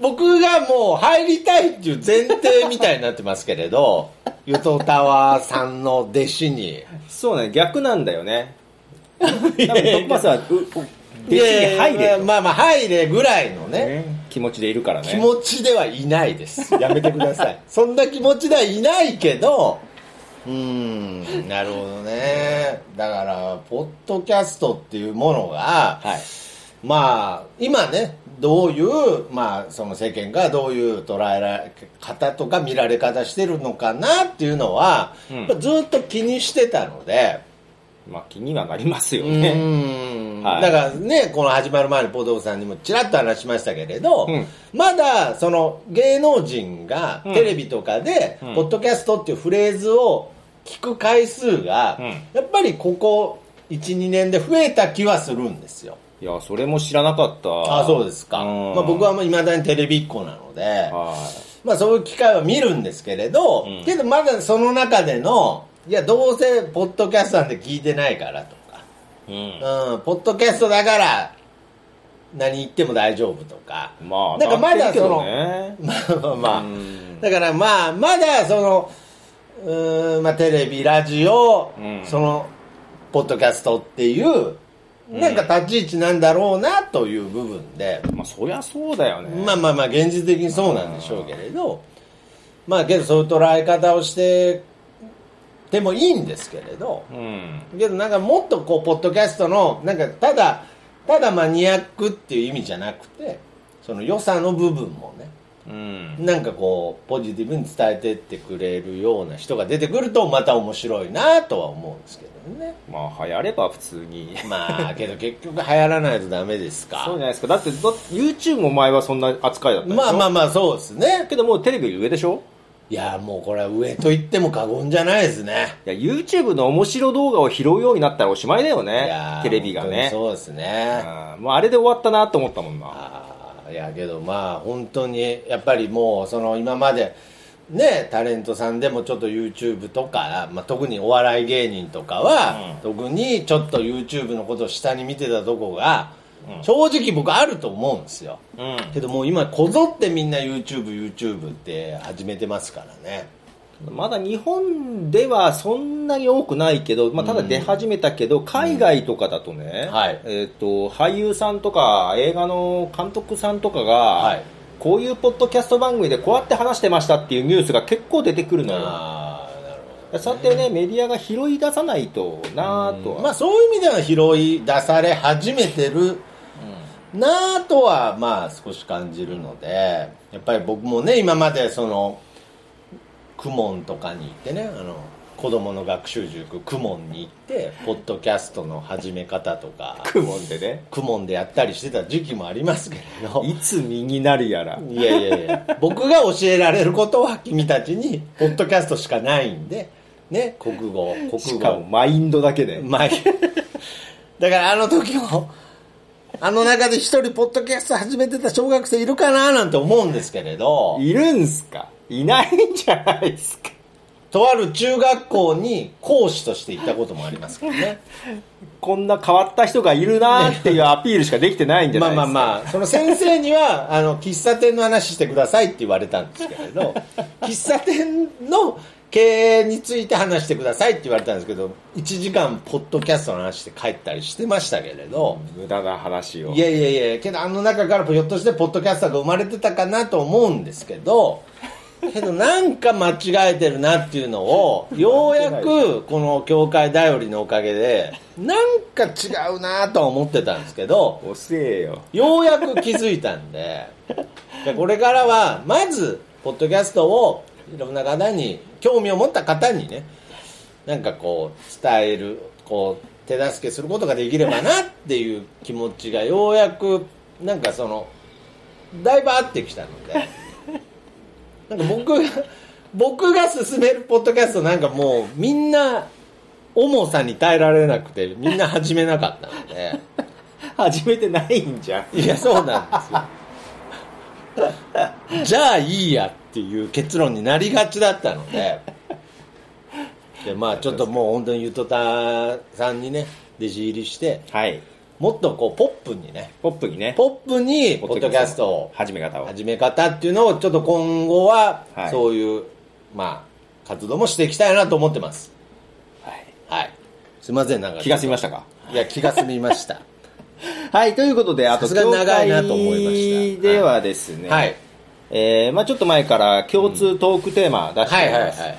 B: 僕がもう入りたいっていう前提みたいになってますけれど ゆとたわさんの弟子に
A: そうね逆なんだよね 多分トップパスはうう弟子に入
B: いや
A: れ
B: いや
A: と
B: まあまあ入れぐらいのね
A: 気持ちでいるからね
B: 気持ちではいないですやめてください そんな気持ちではいないけどうーんなるほどねだからポッドキャストっていうものが、
A: はい
B: まあ今ねどういう、まあ、その世間がどういう捉えられ方とか見られ方してるのかなっていうのは、
A: うん
B: やっぱずっと気にしてたので、
A: まあ気にはなりますよ
B: う
A: ね
B: ーん
A: はい
B: だからねこの始まる前にポドウさんにもちらっと話しましたけれど、
A: うん
B: まだその芸能人が
A: うん
B: テレビとかで、
A: うん
B: ポッドキャストっていうフレーズを聞く回数が、
A: うん
B: やっぱりここ12年で増えた気はするんですよ
A: いやそれも知らなかった
B: あそうですか、
A: うん
B: まあ、僕はもう未だにテレビっ子なので、
A: は
B: まあ、そういう機会は見るんですけれど、
A: うん
B: けどまだその中でのいやどうせポッドキャストなんて聞いてないからとか
A: い、うん
B: うん、ポッドキャストだから何言っても大丈夫とか。
A: まあ、
B: なんかまだその、
A: ね、
B: まあまあまあ
A: うん
B: だからまあ、まだその、うーん、まあテレビ、ラジオ、
A: うん
B: その、ポッドキャストっていう、なんか立ち位置なんだろうなという部分で、
A: まあ、そりゃそうだよね。
B: まあまあまあ現実的にそうなんでしょうけれど、まあけどそういう捉え方をしてでもいいんですけれど、
A: うん。
B: けどなんかもっとこう、ポッドキャストの、なんかただ、ただマニアックっていう意味じゃなくて、その良さの部分もね、
A: うん。
B: なんかこう、ポジティブに伝えてってくれるような人が出てくると、また面白いなとは思うんですけどね。
A: まあ、流行れば普通に。
B: まあ、けど結局流行らないとダメですか。
A: そうじゃないですか。だって、だ YouTube も前はそんな扱いだったでしょ
B: まあまあまあ、そうですね。
A: けどもうテレビより上でしょ
B: いや、もうこれは上と言っても過言じゃないですね。
A: いや、YouTube の面白動画を拾うようになったらおしまいだよ
B: い
A: ね
B: や。
A: テレビがね。
B: 本当にそうですね。
A: うんもうあれで終わったなと思ったもんな。
B: あーいやけどまあ本当にやっぱりもうその今までねタレントさんでもちょっと YouTube とか、まあ、特にお笑い芸人とかは、特にちょっと YouTube のことを下に見てたとこが、正直僕あると思うんですよ、
A: うん。
B: けどもう今こぞってみんな YouTubeYouTube って始めてますからね
A: まだ日本ではそんなに多くないけど、まあ、ただ出始めたけど、海外とかだとね、
B: はい
A: えー、と俳優さんとか映画の監督さんとかが、
B: い
A: こういうポッドキャスト番組でこうやって話してましたっていうニュースが結構出てくるのよ。
B: ああなるほ
A: そうやってね、メディアが拾い出さないとなぁとは、
B: まあそういう意味では拾い出され始めてるなぁとはまあ少し感じるのでやっぱり僕もね今までその公文とかに行ってねあの子供の学習塾公文に行ってポッドキャストの始め方とか
A: くもんでね、
B: 公文でやったりしてた時期もありますけれど
A: いつ身になるやら。
B: いやいやいや、僕が教えられることは君たちにポッドキャストしかないんでね国語国語
A: しかもマインドだけで。
B: まあ、だからあの時も、あの中で一人ポッドキャスト始めてた小学生いるかななんて思うんですけれど、
A: いるんすかいないんじゃないですか
B: とある中学校に講師として行ったこともありますからね。
A: こんな変わった人がいるなっていうアピールしかできてないんじゃな
B: ま
A: い
B: あ
A: です
B: まあ
A: か。
B: まあ、その先生には、あの、喫茶店の話してくださいって言われたんですけれど、喫茶店の経営について話してくださいって言われたんですけど、1時間ポッドキャストの話して帰ったりしてましたけれど、
A: 無駄な話を
B: い。やいやいや、けどあの中からひょっとしてポッドキャスターが生まれてたかなと思うんですけど、けどなんか間違えてるなっていうのを、ようやくこの教会頼りのおかげで、なんか違うなとは思ってたんですけど、
A: 遅えよ。
B: ようやく気づいたんで、でこれからは、まず、ポッドキャストを、いろんな方に、興味を持った方にね、なんかこう、伝える、こう、手助けすることができればなっていう気持ちが、ようやく、なんかその、だいぶ合ってきたので、なんか僕が、僕が進めるポッドキャストなんかもう、みんな、重さに耐えられなくて、みんな始めなかったので、
A: 始めてないんじゃん。
B: いや、そうなんですよ。じゃあいいやっていう結論になりがちだったので、でまあちょっともう本当にゆとたさんにね、弟子入りして、
A: はい。
B: もっとこうポップにね、
A: ポップにね。
B: ポップにポッドキャストを
A: 始め方を。
B: 始め方っていうのをちょっと今後は
A: はい
B: そういう、まあ活動もしていきたいなと思ってます。
A: はい
B: はい。すいません、なんか。
A: 気が済みましたか
B: いや、気が済みました。
A: はい、ということで、あと、
B: さすがに長いなと思いました
A: 教会ではですね、
B: はい。
A: えーまあちょっと前から共通トークテーマ出しております。
B: はいはいはいはい。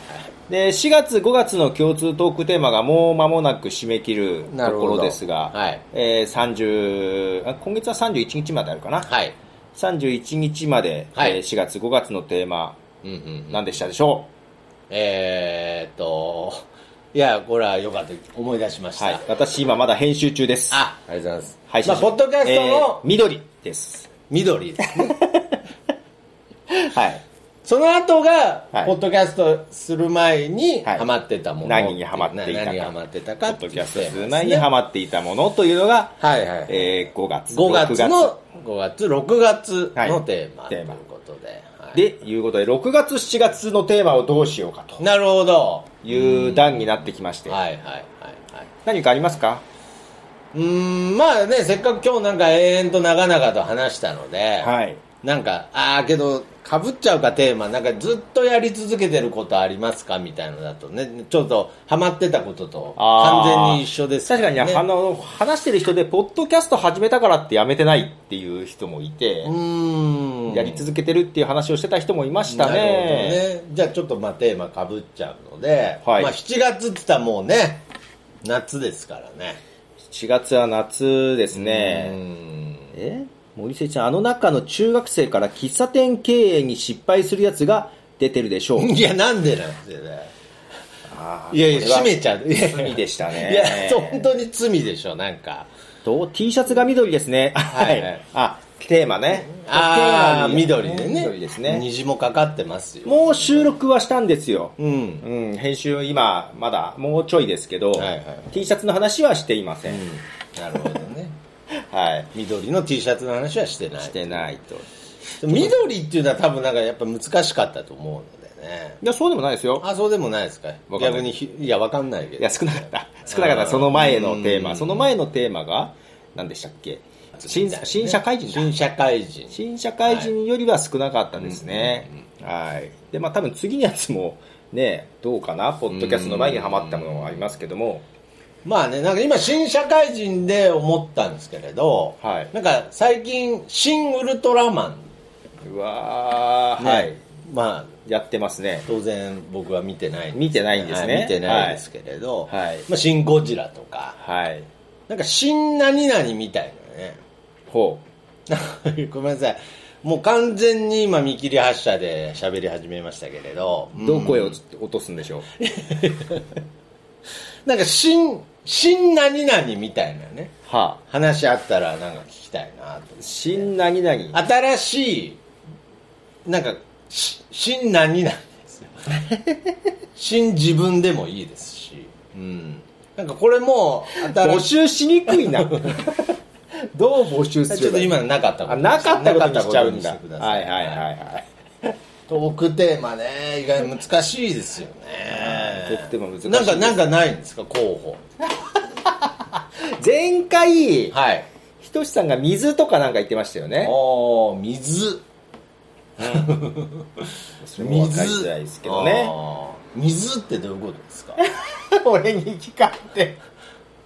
A: で4月、5月の共通トークテーマがもう間もなく締め切る
B: な
A: と
B: るほ
A: こ
B: ど
A: ろですが、
B: はい
A: えー30あ今月は31日まであるかな、
B: はい。
A: 31日まで、
B: はい
A: えー4月、5月のテーマ、
B: うんうん。
A: 何でしたでしょ
B: えー、っと、いや、これは良かった。思い出しまし
A: う、
B: た。
A: はい、私、今まだ編集中です。
B: あ、ありがとうございます。
A: 配信
B: まあ、ポッドキャスト
A: えー
B: の
A: 緑です。
B: 緑ですね。
A: はい。
B: その後が、
A: はい
B: ポッドキャストする前に、
A: はい
B: ハマってたもの。
A: 何にハマっていたか
B: 何にハマってた
A: ポ
B: か
A: ッ
B: ってい
A: ド
B: う
A: キャストする
B: テーマ
A: 前
B: です
A: に
B: ね
A: ハマっていたものというのが、
B: はいはい。
A: えー5月。
B: 5月
A: 6
B: の、5月、6月のテーマ
A: はいテ
B: とい
A: ー
B: う
A: マ
B: ことで。はい
A: で、いうことで、6月、7月のテーマをどうしようかと
B: なるほど。
A: いう段になってきまして、
B: はいはいはいはい。
A: 何かありますか
B: うーん、まあね、せっかく今日なんか延々と長々と話したので、
A: はい。
B: なんか、ああ、けど、かぶっちゃうかテーマ、なんかずっとやり続けてることありますかみたいのだとね、ちょっとハマってたことと
A: あー
B: 完全に一緒です
A: 確かに、
B: ね
A: あの、話してる人で、ポッドキャスト始めたからってやめてないっていう人もいて
B: う、ーん。
A: やり続けてるっていう話をしてた人もいました
B: なるほど
A: ね。
B: ね。じゃあちょっとまあテーマかぶっちゃうので、
A: はい
B: まあ7月って言ったらもうね、夏ですからね。
A: 4月は夏です
B: うー
A: ね。
B: ん
A: え森瀬ちゃん、あの中の中学生から喫茶店経営に失敗するやつが出てるでしょう。
B: いや、なんでなんてね。いやいや、
A: こ
B: 閉
A: れは
B: めちゃう。いや
A: 罪でしたね
B: いや、本当に罪でしょ、なんか。
A: と T シャツが緑ですね。は
B: はい
A: い。あ、テーマね。
B: あ
A: テ
B: あ、
A: ーマ
B: 緑
A: に
B: でね。
A: 緑ですね。
B: 虹もかかってますよ。
A: もう収録はしたんですよ。
B: うん。
A: うん、編集今、まだ、もうちょいですけど、
B: はいはい
A: T シャツの話はしていません。
B: なるほど ね。
A: はい。
B: 緑の T シャツの話はしてない。
A: してないと。い
B: 緑っていうのは多分なんかやっぱ難しかったと思うのでね。
A: や、そうでもないですよ。
B: あ、そうでもないですか。
A: わかんない
B: 逆にひ、いや、わかんないけ
A: い
B: ど
A: や、。少なかった。少なかった。その前のテーマ。その前のテーマが、何でしたっけ新新社会人だ
B: 新社会人。
A: 新社会人よりは少なかったですね。はい。で、まあ多分次のやつも、ね、どうかな、ポッドキャストの前にはまったものがありますけども、
B: まあね、なんか今、新社会人で思ったんですけれど、
A: はい
B: なんか最近、新ウルトラマ
A: うわー、
B: ン、ね
A: はい。
B: まあ、
A: やってますね。
B: 当然僕は見てない
A: 見てないんですね
B: はい見てないですけれど、
A: はいはい
B: まあ、新ゴジラとか、
A: はい。
B: なんか新何々みたいなね、
A: ほ
B: なんか ごめんなさい、もう完全に今、見切り発車で喋り始めましたけれど、
A: う。どう声を落とすんでしょう。
B: なんか新、新何々みたいなね、
A: はあ。
B: 話あったらなんか聞きたいなと。
A: 新何々。
B: 新しいなんかし新何なんで すよ新自分でもいいですし、うん、なんかこれも
A: 募集
B: 新しい
A: しにく いな。どう募集する
B: ちょっと今のなかったこと
A: あ、
B: に
A: なかったこと
B: な
A: にしちゃうん
B: に
A: だ。
B: てくさ
A: はいはいはいはい。
B: トークテーマね意外に難しいですよね
A: トークテーマ難しい
B: なんかなんかないんですか候
A: 前回
B: 補、はい
A: ひとしさんが水とかなんか言ってましたよね。
B: おー水
A: それも分かりづ
B: 水
A: らいですけどね。
B: あー水ってどういうことです か
A: 俺に聞かんて。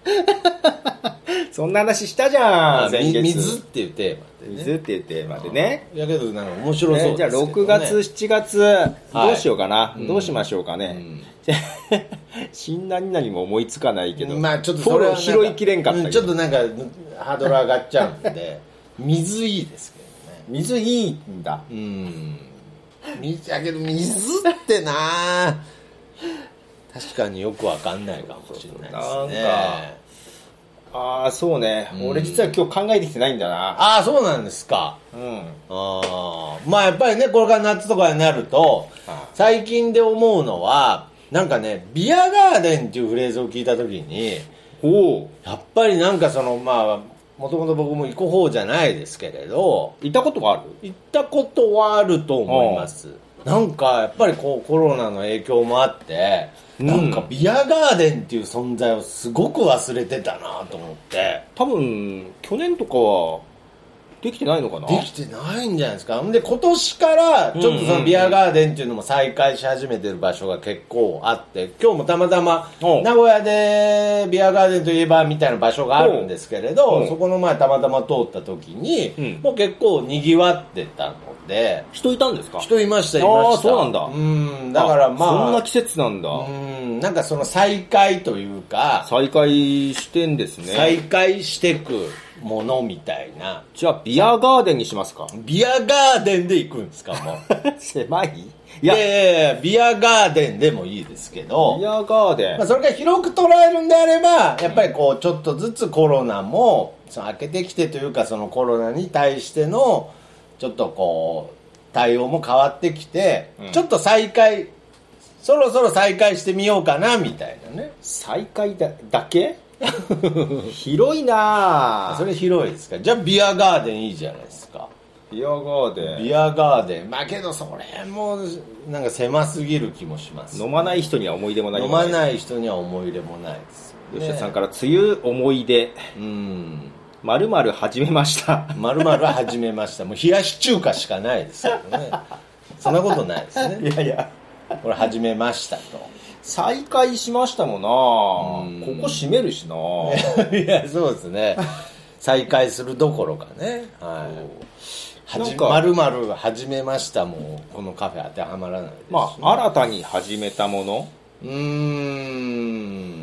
A: そんな話したじゃ
B: あ
A: ん、先
B: み
A: 月。
B: 水っていうテーマでね
A: 水っていうテーマでね。
B: いやけどなんか面白そう
A: ね
B: です
A: じゃあ
B: けど、ね、
A: 6月、7月、
B: はい
A: どうしようかな。どうしましょうかね。
B: ん
A: 新何々も思いつかないけど。
B: まあちょっと
A: フォロー
B: それはな
A: 拾
B: んか
A: いきれんかった
B: う
A: け
B: ちょっ
A: ど。
B: となんかハードル上がっちゃう んで水いいですけどね
A: 水いいんだ。
B: うん水やけど水ってな確かによくわかんないかもしれないですね
A: なんかああ、そうね。俺実は今日考えてきてないんだな。
B: ああそうなんですか
A: うん。
B: あーまあやっぱりねこれから夏とかになると
A: は
B: 最近で思うのはなんかねビアガーデンっていうフレーズを聞いた時に
A: おお。
B: やっぱりなんかそのまあもともと僕も行く方じゃないですけれど
A: 行ったことがある
B: 行ったことはあると思いますなんかやっぱりこうコロナの影響もあって、
A: うん
B: なんかビアガーデンっていう存在をすごく忘れてたなと思って
A: 多分、去年とかは、できてないのかな
B: できてないんじゃないですかで今年からちょっとそのビアガーデンっていうのも再開し始めてる場所が結構あって今日もたまたま
A: おう
B: 名古屋でビアガーデンといえばみたいな場所があるんですけ
A: お
B: れ
A: うお
B: ど
A: う
B: そこの前たまたま通った時に、
A: うん
B: もう結構にぎわってたので
A: 人いたんですか
B: 人いましたいま
A: あー
B: した
A: そうなんだ
B: うんだからまあ
A: そんな季節なんだ。
B: うんなんかその再開というか
A: 再開してんですね。
B: 再開してくものみたいな
A: じゃあ、ビアガーデンにし ますか
B: ビアガーデンで行くんですかもう
A: 狭いい
B: い
A: や、
B: やいやいやビアガーデンでもいいですけ
A: ビ
B: ど、
A: アガーデン
B: まあ、。それが広く捉えるんであれば、やっぱりこう、ちょっとずつコロナも、その明けてきてというか、そのコロナに対しての、ちょっとこう、対応も変わってきて、
A: うん
B: ちょっと再開、そろそろ再開してみようかな、みたいなね。
A: 再開だだけ広いな
B: そ
A: ぁ
B: れ広いですか。じゃあ、ビアガーデンいいじゃないですか。
A: ビアガーデ
B: ビアガーデン。まあけど、それも、なんか狭すぎる気もします。
A: 飲まない人には思い出もない
B: 飲ま
A: い
B: ない人には思い入れもないですよ
A: 吉田さんから「梅雨思い出
B: うん
A: まるまる始めました」
B: まるまる始めましたもう冷やし中華しかないですけどねそんなことないですね
A: いやいや
B: これ始めましたと
A: 再開しましたもんな
B: うん
A: ここ閉めるしな
B: いやそうですね再開するどころかねはいは
A: な
B: じ
A: んか
B: まるまる始めましたもこのカフェ当てはまらないですしね、
A: まあ新たに始めたもの
B: うー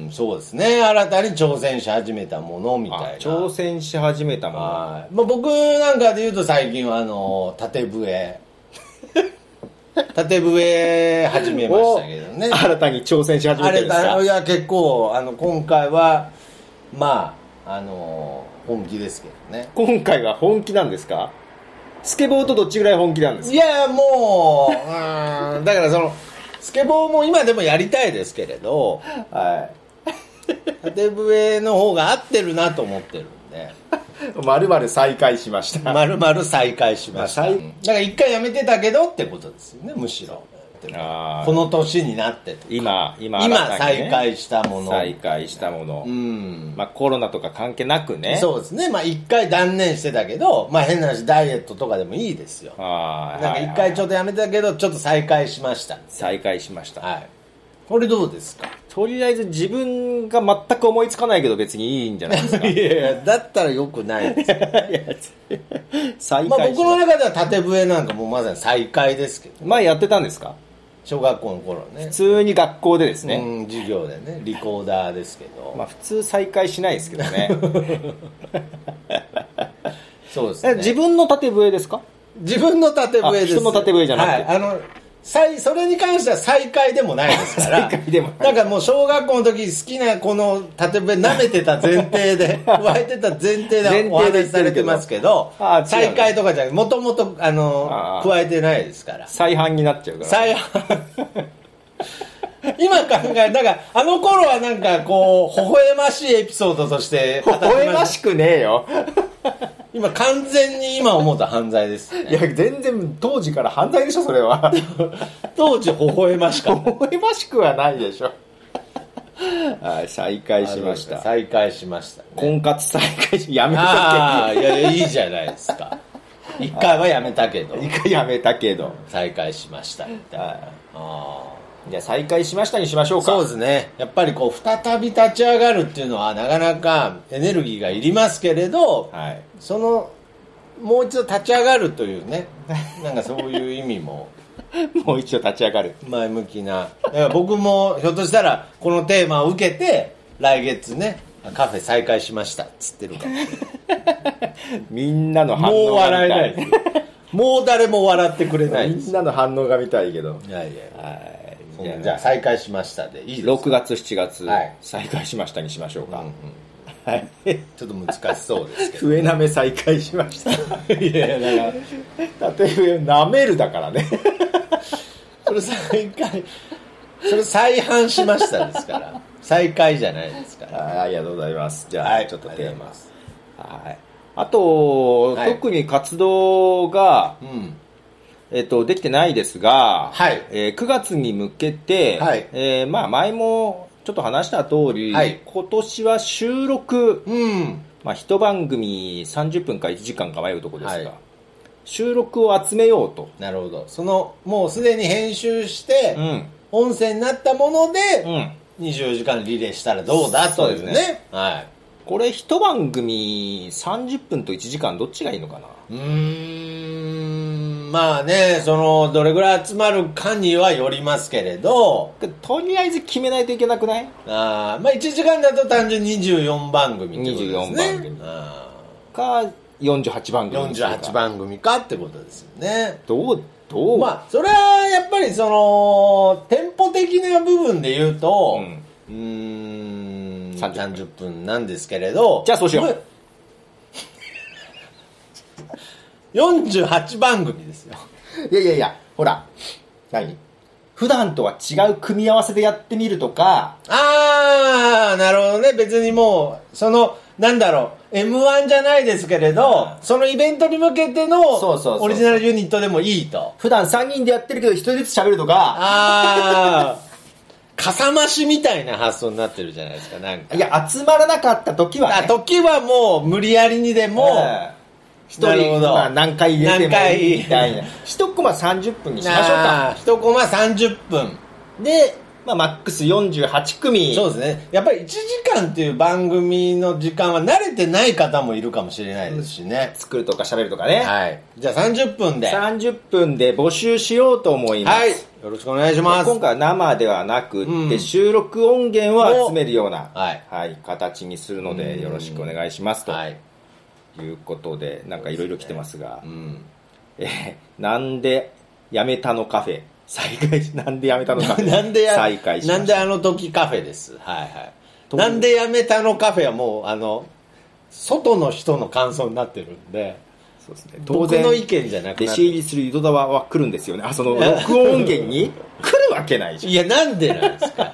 B: んそうですね新たに挑戦し始めたものみたい
A: あ
B: な
A: 挑戦し始めたもの
B: はい、まあ、僕なんかで言うと最近はあの縦笛縦笛始めましたけどね
A: 新たに挑戦し始
B: あ
A: めてる
B: れ
A: んです
B: だ
A: か
B: いや結構あの今回はまああの本気ですけどね
A: 今回は本気なんですかスケボーとどっちぐらい本気なんです
B: い
A: か
B: やもううーんだからそのスケボーも今でもやりたいですけれど
A: は
B: 縦笛の方が合ってるなと思ってるんで
A: いまるまる再開しました
B: まるまる再開しました、
A: まあ再
B: うんだから一回やめてたけどってことですよねむしろ
A: あー
B: この年になってと
A: 今今新
B: 今
A: たにね
B: 再開したもの
A: 再開したもの、
B: うん
A: まあ、コロナとか関係なくね
B: そうですねまあ一回断念してたけどまあ変な話ダイエットとかでもいいですよ
A: は
B: ないんか一回ち
A: っと
B: ょっとやめたけどちょっと再開しました
A: 再開しました、
B: はいこれどうですか
A: とりあえず自分が全く思いつかないけど別にいいんじゃないですか
B: いやいやだったらよくないですよ
A: 再
B: まあ
A: 開し
B: 僕
A: ま
B: の
A: した
B: 中では縦笛なんかもうまさに再開ですけど
A: 前やってたんですか
B: 小学校の頃ね
A: 普通に学校でですね、
B: うん授業でねリコーダーですけど、
A: まあ普通再開しないですけど ね
B: そうです
A: え
B: ね
A: 自分の縦笛ですか
B: 自分の縦笛です
A: あ人の縦笛じゃなくて
B: はい、あの再それに関しては再開でもないですから
A: 再開でもない
B: だからもう小学校の時好きなこの縦笛舐めてた前提 で湧いてた前
A: 前提
B: 提で
A: で
B: お話しされてますけど
A: あ違う
B: 再開とかじゃなくもともとあの
A: あ
B: 加えてないですから
A: 再犯になっちゃうから
B: 再 今考えだからあの頃はなんかこう微笑ましいエピソードとして語
A: 微
B: りま
A: 笑ま
B: し
A: しくねえよ
B: た今完全に今思うと犯罪ですね
A: いや全然当時から犯罪でしょそれ は
B: 当時微笑ましかった
A: 微笑ましくはないでしょ はい再開しまし
B: あ
A: た
B: 再開しました、ね。
A: 婚活再開しやめ
B: あ
A: た
B: あ、いやいや、いいじゃないですか。一回はやめたけど
A: けど、一回やめたけど
B: 再開しましたみたいな。ああ
A: じゃあ再開しましたにしましょうか
B: そうですね。やっぱりこう、再び立ち上がるっていうのは、なかなかエネルギーがいりますけれど、
A: はい
B: その、もう一度立ち上がるというね、なんかそういう意味も。
A: もう一度立ち上がる
B: 前向きなだから僕もひょっとしたらこのテーマを受けて来月ねカフェ再開しましたっつってるから
A: みんなの反
B: もう
A: 応が
B: 笑え
A: 見た
B: ない
A: い
B: もう誰も笑ってくれないです
A: みんなの反応が見たいけど
B: いやいや
A: はい
B: じゃあ
A: じゃあ
B: 再開しましたでいいです
A: 6月7月、
B: はい
A: 再開しましたにしましょうか、
B: うんうん
A: はい
B: ちょっと難しそうですけ
A: 笛なめ再開しました
B: どいやいやだから
A: 縦笛なめるだからね
B: それ再開それ再販しましたですから再開じゃないですから
A: はいありがとうございますじゃあ、ちょっと
B: あり
A: テ
B: が
A: ー
B: ござい
A: マ
B: す
A: はいあと、
B: はい
A: 特に活動が、
B: うん
A: えっと、できてないですが、
B: はい
A: えー9月に向けて、
B: はい
A: えーまあ、前もちょっと話した通り、
B: はい
A: 今年は収録、
B: うん
A: まあ、一番組30分か1時間か迷うとこですが、
B: はい
A: 収録を集めようと、
B: なるほどそのもうすでに編集して、
A: うん
B: 音声になったもの
A: う
B: で、
A: ん、
B: 24時間リレーしたらどうだという
A: そう
B: ね
A: ですね
B: は
A: これ一番組30分と1時間どっちがいいのかな、
B: いうーんまあねそのどれぐらい集まるかにはよりますけれど
A: とりあえず決めないといけなくない
B: あーまあ1時間だと単純に24番組ってことですね
A: 24番組
B: あ
A: か48番
B: ー
A: 組にするか
B: 48番組かってことですよね
A: どうどう、
B: まあそれはやっぱりその店舗的な部分で言う
A: う
B: と
A: ん
B: うーん
A: 30分
B: ,30 分なんですけれど
A: じゃあそうしよ う
B: 48番組ですよ
A: いやいやいやほら何普段とは違う組み合わせでやってみるとか
B: ああなるほどね別にもうそのなんだろう m 1じゃないですけれどそのイベントに向けての
A: そうそうそう
B: オリジナルユニットでもいいと
A: 普段3人でやってるけど1人ずつ喋るとか
B: ああかさ増しみたいな発想になってるじゃないですか、なんか。
A: いや、集まらなかった時は、
B: あ
A: ね、
B: 時はもう無理やりにでも、
A: ええ一
B: なるほ
A: 人、
B: ど
A: まあ、何回入れて
B: 何
A: も
B: 回
A: いいみたいな。一コマ30分にしましょう
B: なあ
A: か。
B: 一コマ30分。
A: で、まあ、マックス48組。
B: そうですね。やっぱり1時間っていう番組の時間は慣れてない方もいるかもしれないですしね。
A: 作るとか喋るとかね。
B: はい。じゃあ30分で。は
A: 30分で募集しようと思います。
B: い。よろしくお願いします。
A: 今回は生ではなくって、
B: うん
A: 収録音源を集めるような、
B: おはい
A: 形にするのでよろしくお願いしますと
B: はい。
A: いうことで、なんかいろいろ来てますが、
B: うん。
A: えーなんでやめたのカフェ再開し なんでやめたのカフェ
B: なんでや、
A: 再開しま
B: な
A: した
B: んであの時カフェです。はいはい。なんでやめたのカフェはもう、あの、外の人の感想になってるんで、
A: そうですね当
B: 僕
A: 然
B: の意
A: 弟
B: 見じゃなくなっ
A: 子入りする井戸田は来るんですよねあそ の録音音源に来るわけないじゃん
B: いや、なんでなんですか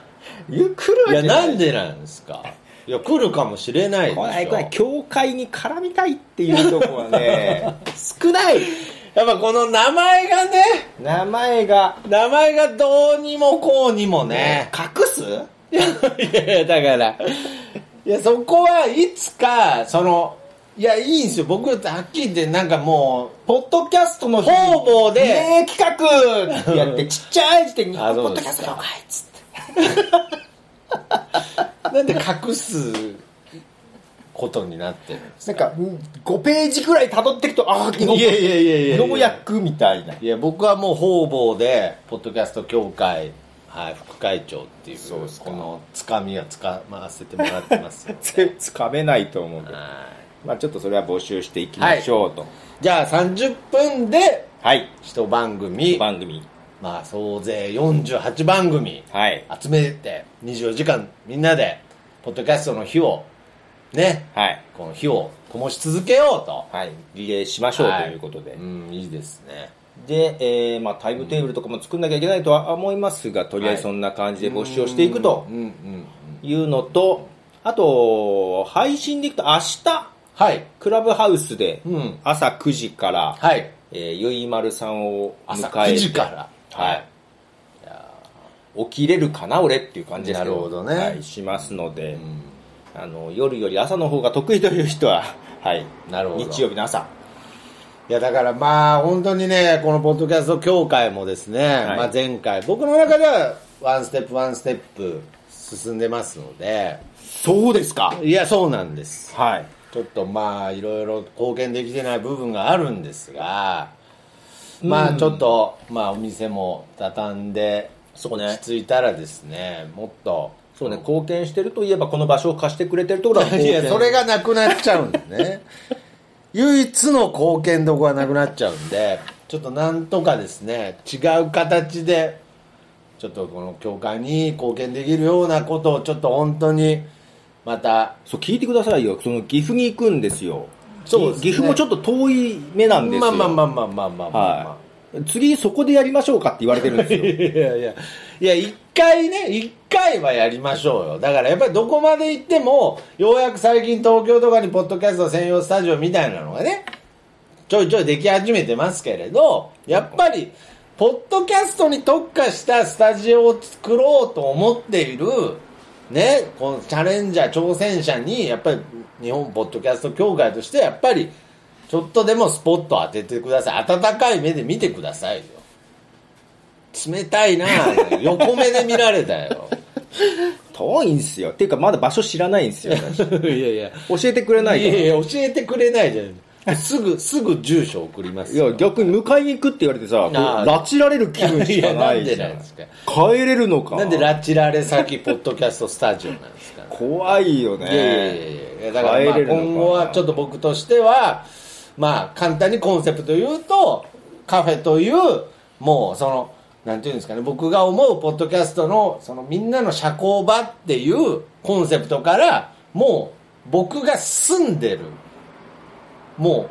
A: いや来るわ
B: い
A: けな
B: や、
A: い
B: なんでなんですかいや、来るかもしれないでしょ。
A: 来ない来ない教会に絡みたいっていうとこは ね少ない
B: やっぱこの名前がね、
A: 名前が
B: 名前がどうにもこうにもね
A: ね、隠す
B: いやいや、だから、いや、そこはいつか、その、いや、いいんですよ。僕、はっきり言って、なんかもう、
A: ポッドキャストの日
B: 方々で
A: ねえ企画やってちっちゃい字で日
B: あ
A: 本
B: そ
A: ポ
B: う
A: ッ
B: で
A: ド
B: す
A: キ
B: か
A: ャスト了解っつって
B: なんで隠すことになってるんです
A: なんか5ページくらい辿っていくとああ
B: いやいやいやいやいや
A: 農薬みたいない
B: や、僕はもう方々で、ポッドキャスト協会、はい、副会長っていう、
A: そうですか
B: このつかみはつかませてもらってます よ
A: つつかめないと思うけど、
B: は
A: まあ、ちょっとそれは募集していきましょうと
B: いじゃあ、30分で、
A: はい、
B: 一番組、
A: 番組
B: まあ、総勢48番組、
A: はい
B: 集めて、24時間みんなで、ポッドキャストの火を、ね、
A: はい、
B: この火を灯し続けようと。
A: はい、リレーしましょうということで、
B: はいうん、いいですね。
A: で、えーまあ、タイムテーブルとかも作んなきゃいけないとは思いますがとりあえずそんな感じで募集をしていくと
B: うんうんうん。
A: いうのとあと配信でいくと明日
B: はい。
A: クラブハウスで
B: うん
A: 朝9時から、
B: はい。
A: えーゆいまるさんを迎えて
B: 朝9時から。
A: はい。起きれるかな俺っていう感じですけど
B: なるほどね
A: はい、しますので、
B: うん
A: あの夜より朝の方が得意という人は、 はい、
B: なるほど
A: 日曜日の朝
B: いや、だからまあ、本当にね、このポッドキャスト協会もですね、
A: い
B: まあ前回、僕の中では、ワンステップワンステップ進んでますので、
A: そうですか
B: いや、そうなんです。
A: はい
B: ちょっとまあいろいろ貢献できてない部分があるんですが、まあちょっと、まあお店も畳んで
A: そう
B: 落
A: ね
B: ち着いたらですねもっと
A: そうね貢献してるといえばこの場所を貸してくれてるところは貢
B: い
A: 献
B: やそれがなくなっちゃうんで ね唯一の貢献どこがなくなっちゃうんでちょっとなんとかですね違う形でちょっとこの教会に貢献できるようなことをちょっと本当にまた
A: そう聞いてくださいよその岐阜に行くんですよ
B: そうですね
A: 岐阜もちょっと遠い目なんです
B: まあ
A: よ
B: まあまあまあまあまあまあ、まあ
A: はい、次そこでやりましょうかって言われてるんです よ
B: いやいや、いや、一回ね、一回はやりましょうよ。だからやっぱりどこまで行っても、ようやく最近東京とかにポッドキャスト専用スタジオみたいなのがね、ちょいちょいでき始めてますけれど、やっぱり、ポッドキャストに特化したスタジオを作ろうと思っている、ね、このチャレンジャー、挑戦者に、やっぱり日本ポッドキャスト協会として、やっぱり、ちょっとでもスポットを当ててください。温かい目で見てくださいよ。冷たいな横目で見られたよ
A: 遠いんですよっていうかまだ場所知ら ないんですよ
B: いやいや
A: 教えてくれない
B: い
A: から
B: やいや教えてくれないじゃんすぐすぐ住所送ります
A: いや
B: よ
A: 逆に迎えに行くって言われてさこう
B: ああ
A: 拉致られる気分しかないじ
B: いや
A: ゃ
B: なんでなん
A: ん
B: ですか
A: 帰れるのか
B: なんで拉致られ先ポッドキャストスタジオなんですか、
A: 怖いよね
B: いやいやいやいやだからまあ
A: 帰れるのかな
B: 今後はちょっと僕としてはまあ簡単にコンセプト言うとカフェというもうそのなんていうんですかね僕が思うポッドキャストのそのみんなの社交場っていうコンセプトからもう僕が住んでるも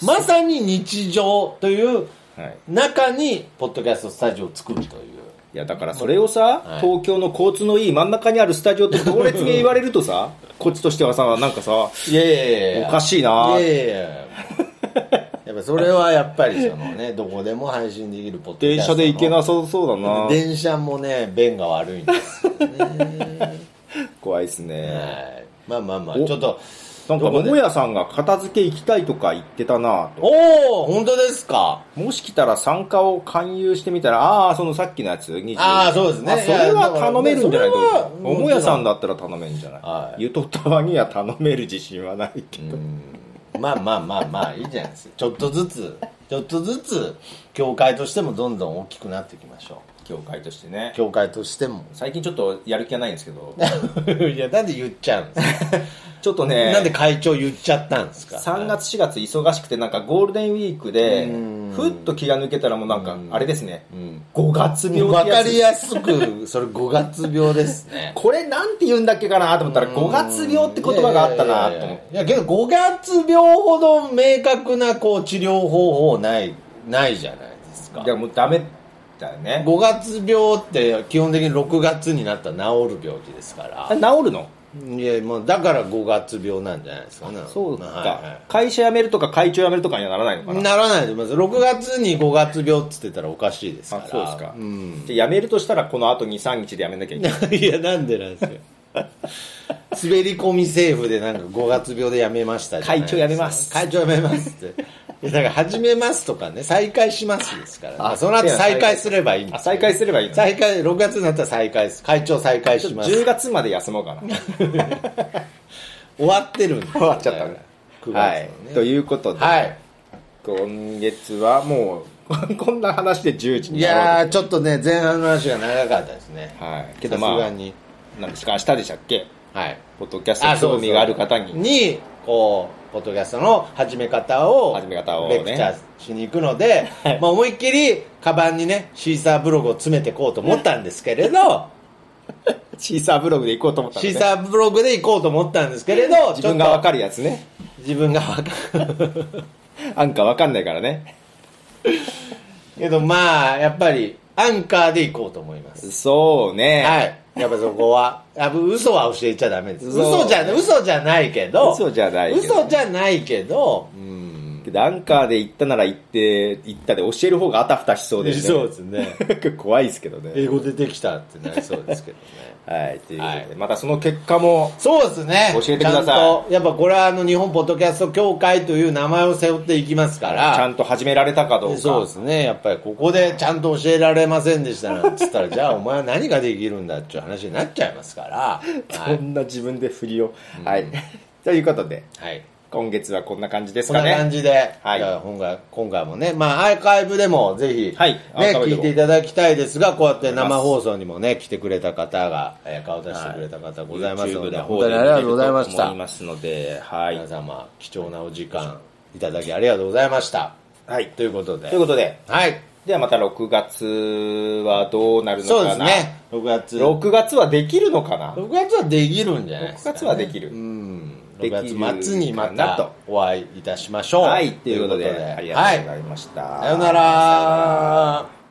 B: うまさに日常という
A: はい、
B: 中にポッドキャストスタジオを作るという。
A: いやだからそれをさ、
B: はい
A: 東京の交通のいい真ん中にあるスタジオって同列に言われるとさこっちとしてはさなんかさ
B: いやいやいやいや
A: おかしいない
B: やいやいややっぱそれはやっぱりそのね、どこでも配信できるポッドキャ
A: 電
B: スト
A: 車
B: の。
A: で行けなさそうだな
B: 電車もね、便が悪いんですよね。
A: 怖いですね
B: はいまあまあまあ、
A: お
B: ちょっと、
A: なんか
B: どこで
A: 桃屋さんが片付け行きたいとか言ってたなと
B: おお本当ですか
A: もし来たら参加を勧誘してみたらああそのさっきのやつ20
B: あーそうですね
A: あそれ
B: いやだ
A: は
B: から
A: 頼めるんじゃない
B: それ
A: ど
B: は
A: うですか桃屋さんだったら頼めるんじゃない、
B: はい
A: ゆとたわには頼める自信はないけど、
B: まあまあまあまあ、いいじゃないですか。ちょっとずつ、ちょっとずつ、教会としてもどんどん大きくなっていきましょ
A: 教会としてね
B: う。教会とし ても。
A: 最近ちょっとやる気がないんですけど
B: いや、なんで言っちゃうんですか、
A: ちょっと ね
B: なんで会長言っちゃったんですか
A: 3月4月忙しくてなんかゴールデンウィークで
B: うん
A: ふっと気が抜けたらもうなんかあれですね
B: うん。
A: 5月病
B: わ
A: ってや
B: か
A: つ
B: りやすく、それ5月病ですね。
A: これなんて言うんだっけかなと思ったら5月病って言葉があったなと思って
B: いやいやいやいやいやけど5月病ほど明確なこう治療方法ないないじゃないですか
A: いやもうダメだよね
B: 5月病って基本的に6月になったら治る病気ですから
A: あ治るの
B: いやもうだから5月病なんじゃないですかね
A: そうか、
B: は
A: 会社辞めるとか会長辞めるとかにはならないの
B: い
A: か
B: はい
A: な
B: ならないと思います6月に5月病って言ってたらおかしいですから
A: あそうですか、
B: ん、
A: じゃあ辞めるとしたらこのあと23日で辞めなきゃいけ ない
B: いやなんでなんですよ滑り込み政府でなんか5月病でやめましたじゃないですか
A: 会長辞めます
B: 会長やめますっていやだから始めますとかね再開しますですから、ね、その後再開すればいいんで
A: あ
B: すよ
A: 再開すればいいの
B: 再開6月になったら再開す会長再開します
A: 10月まで休もうかな
B: 終わってるんです終
A: わっちゃったねはい、ということで、
B: はい
A: 今月はもう こんな話で10時
B: い
A: になろう
B: やーちょっとね前半の話が長かったですね
A: はいけ
B: け
A: ど
B: ど
A: ま
B: ま
A: あ
B: あさすがに
A: なんですか明日でしたっけ
B: はい
A: ポッドキャスト興味がある方
B: そう
A: に
B: そうにこうポッドキャストの始め方を
A: 始め方をね
B: レクチャーしに行くので、
A: はい
B: まあ、思いっきりカバンにねシーサーブログを詰めていこうと思ったんです けれど
A: シーサーブログで行こうと思ったの
B: シ
A: ね
B: ーサーブログで行こうと思ったんですけれど
A: 自分がわ
B: る
A: かるやつね
B: 自分が分かる
A: アンカーわかんないからね
B: けどまあやっぱりアンカーで行こうと思います
A: そうね、
B: はい。やっぱそこは、あぶ嘘は教えちゃダメです。
A: 嘘
B: 嘘じゃ、嘘じゃないけど。
A: 嘘じゃないけど
B: 嘘じゃないけど。うん。
A: けどアンカーで行ったなら行って行ったで教える方があたふたしそう ですね
B: そうですね。
A: 怖いですけどね
B: 英語出てきたってなりそうですけどね。
A: はいということで、
B: はい
A: またその結果も
B: そうですね。
A: 教えてください
B: ちゃんとやっぱこれはあの日本ポッドキャスト協会という名前を背負っていきますか
A: ちゃ
B: ら。
A: んと始められたかどうか
B: そうですね。やっぱりここでちゃんと教えられませんでしたなんつったら、じゃあお前は何ができるんだっていう話になっちゃいますから。は
A: こんな自分で振りを、はいということで
B: い。はい。
A: 今月はこんな感じです
B: こん
A: か
B: な
A: ね
B: 感じで、
A: はい
B: じゃあ今回今回もね、まあ、アーカイブでもぜひ、
A: はい
B: ね、
A: アーカイブで
B: 聞
A: も
B: いていただきたいですが、こうやって生放送にもね、来てくれた方が、えー顔出してくれた方ございますの
A: YouTube
B: で、
A: の
B: 本
A: 方
B: 当
A: で
B: にありがとうございま
A: 見れ
B: し
A: ると
B: た
A: 思い。ますのではい、
B: 皆様、貴重なお時間いただきありがとうございました。
A: はい、
B: ということで、
A: ということで
B: はい、
A: ではまた6月はどうなるの
B: そうで
A: か
B: す
A: な、
B: ね、6月、6
A: 6月はできるのかな
B: 月はできるんじゃないですか、
A: 6
B: ね。
A: 月はできる
B: うん、
A: できる
B: 6月末にま
A: かなと
B: たお会いいたしましょう。
A: はいということでありがとうご
B: は
A: ざ
B: い
A: いました、
B: さようなら。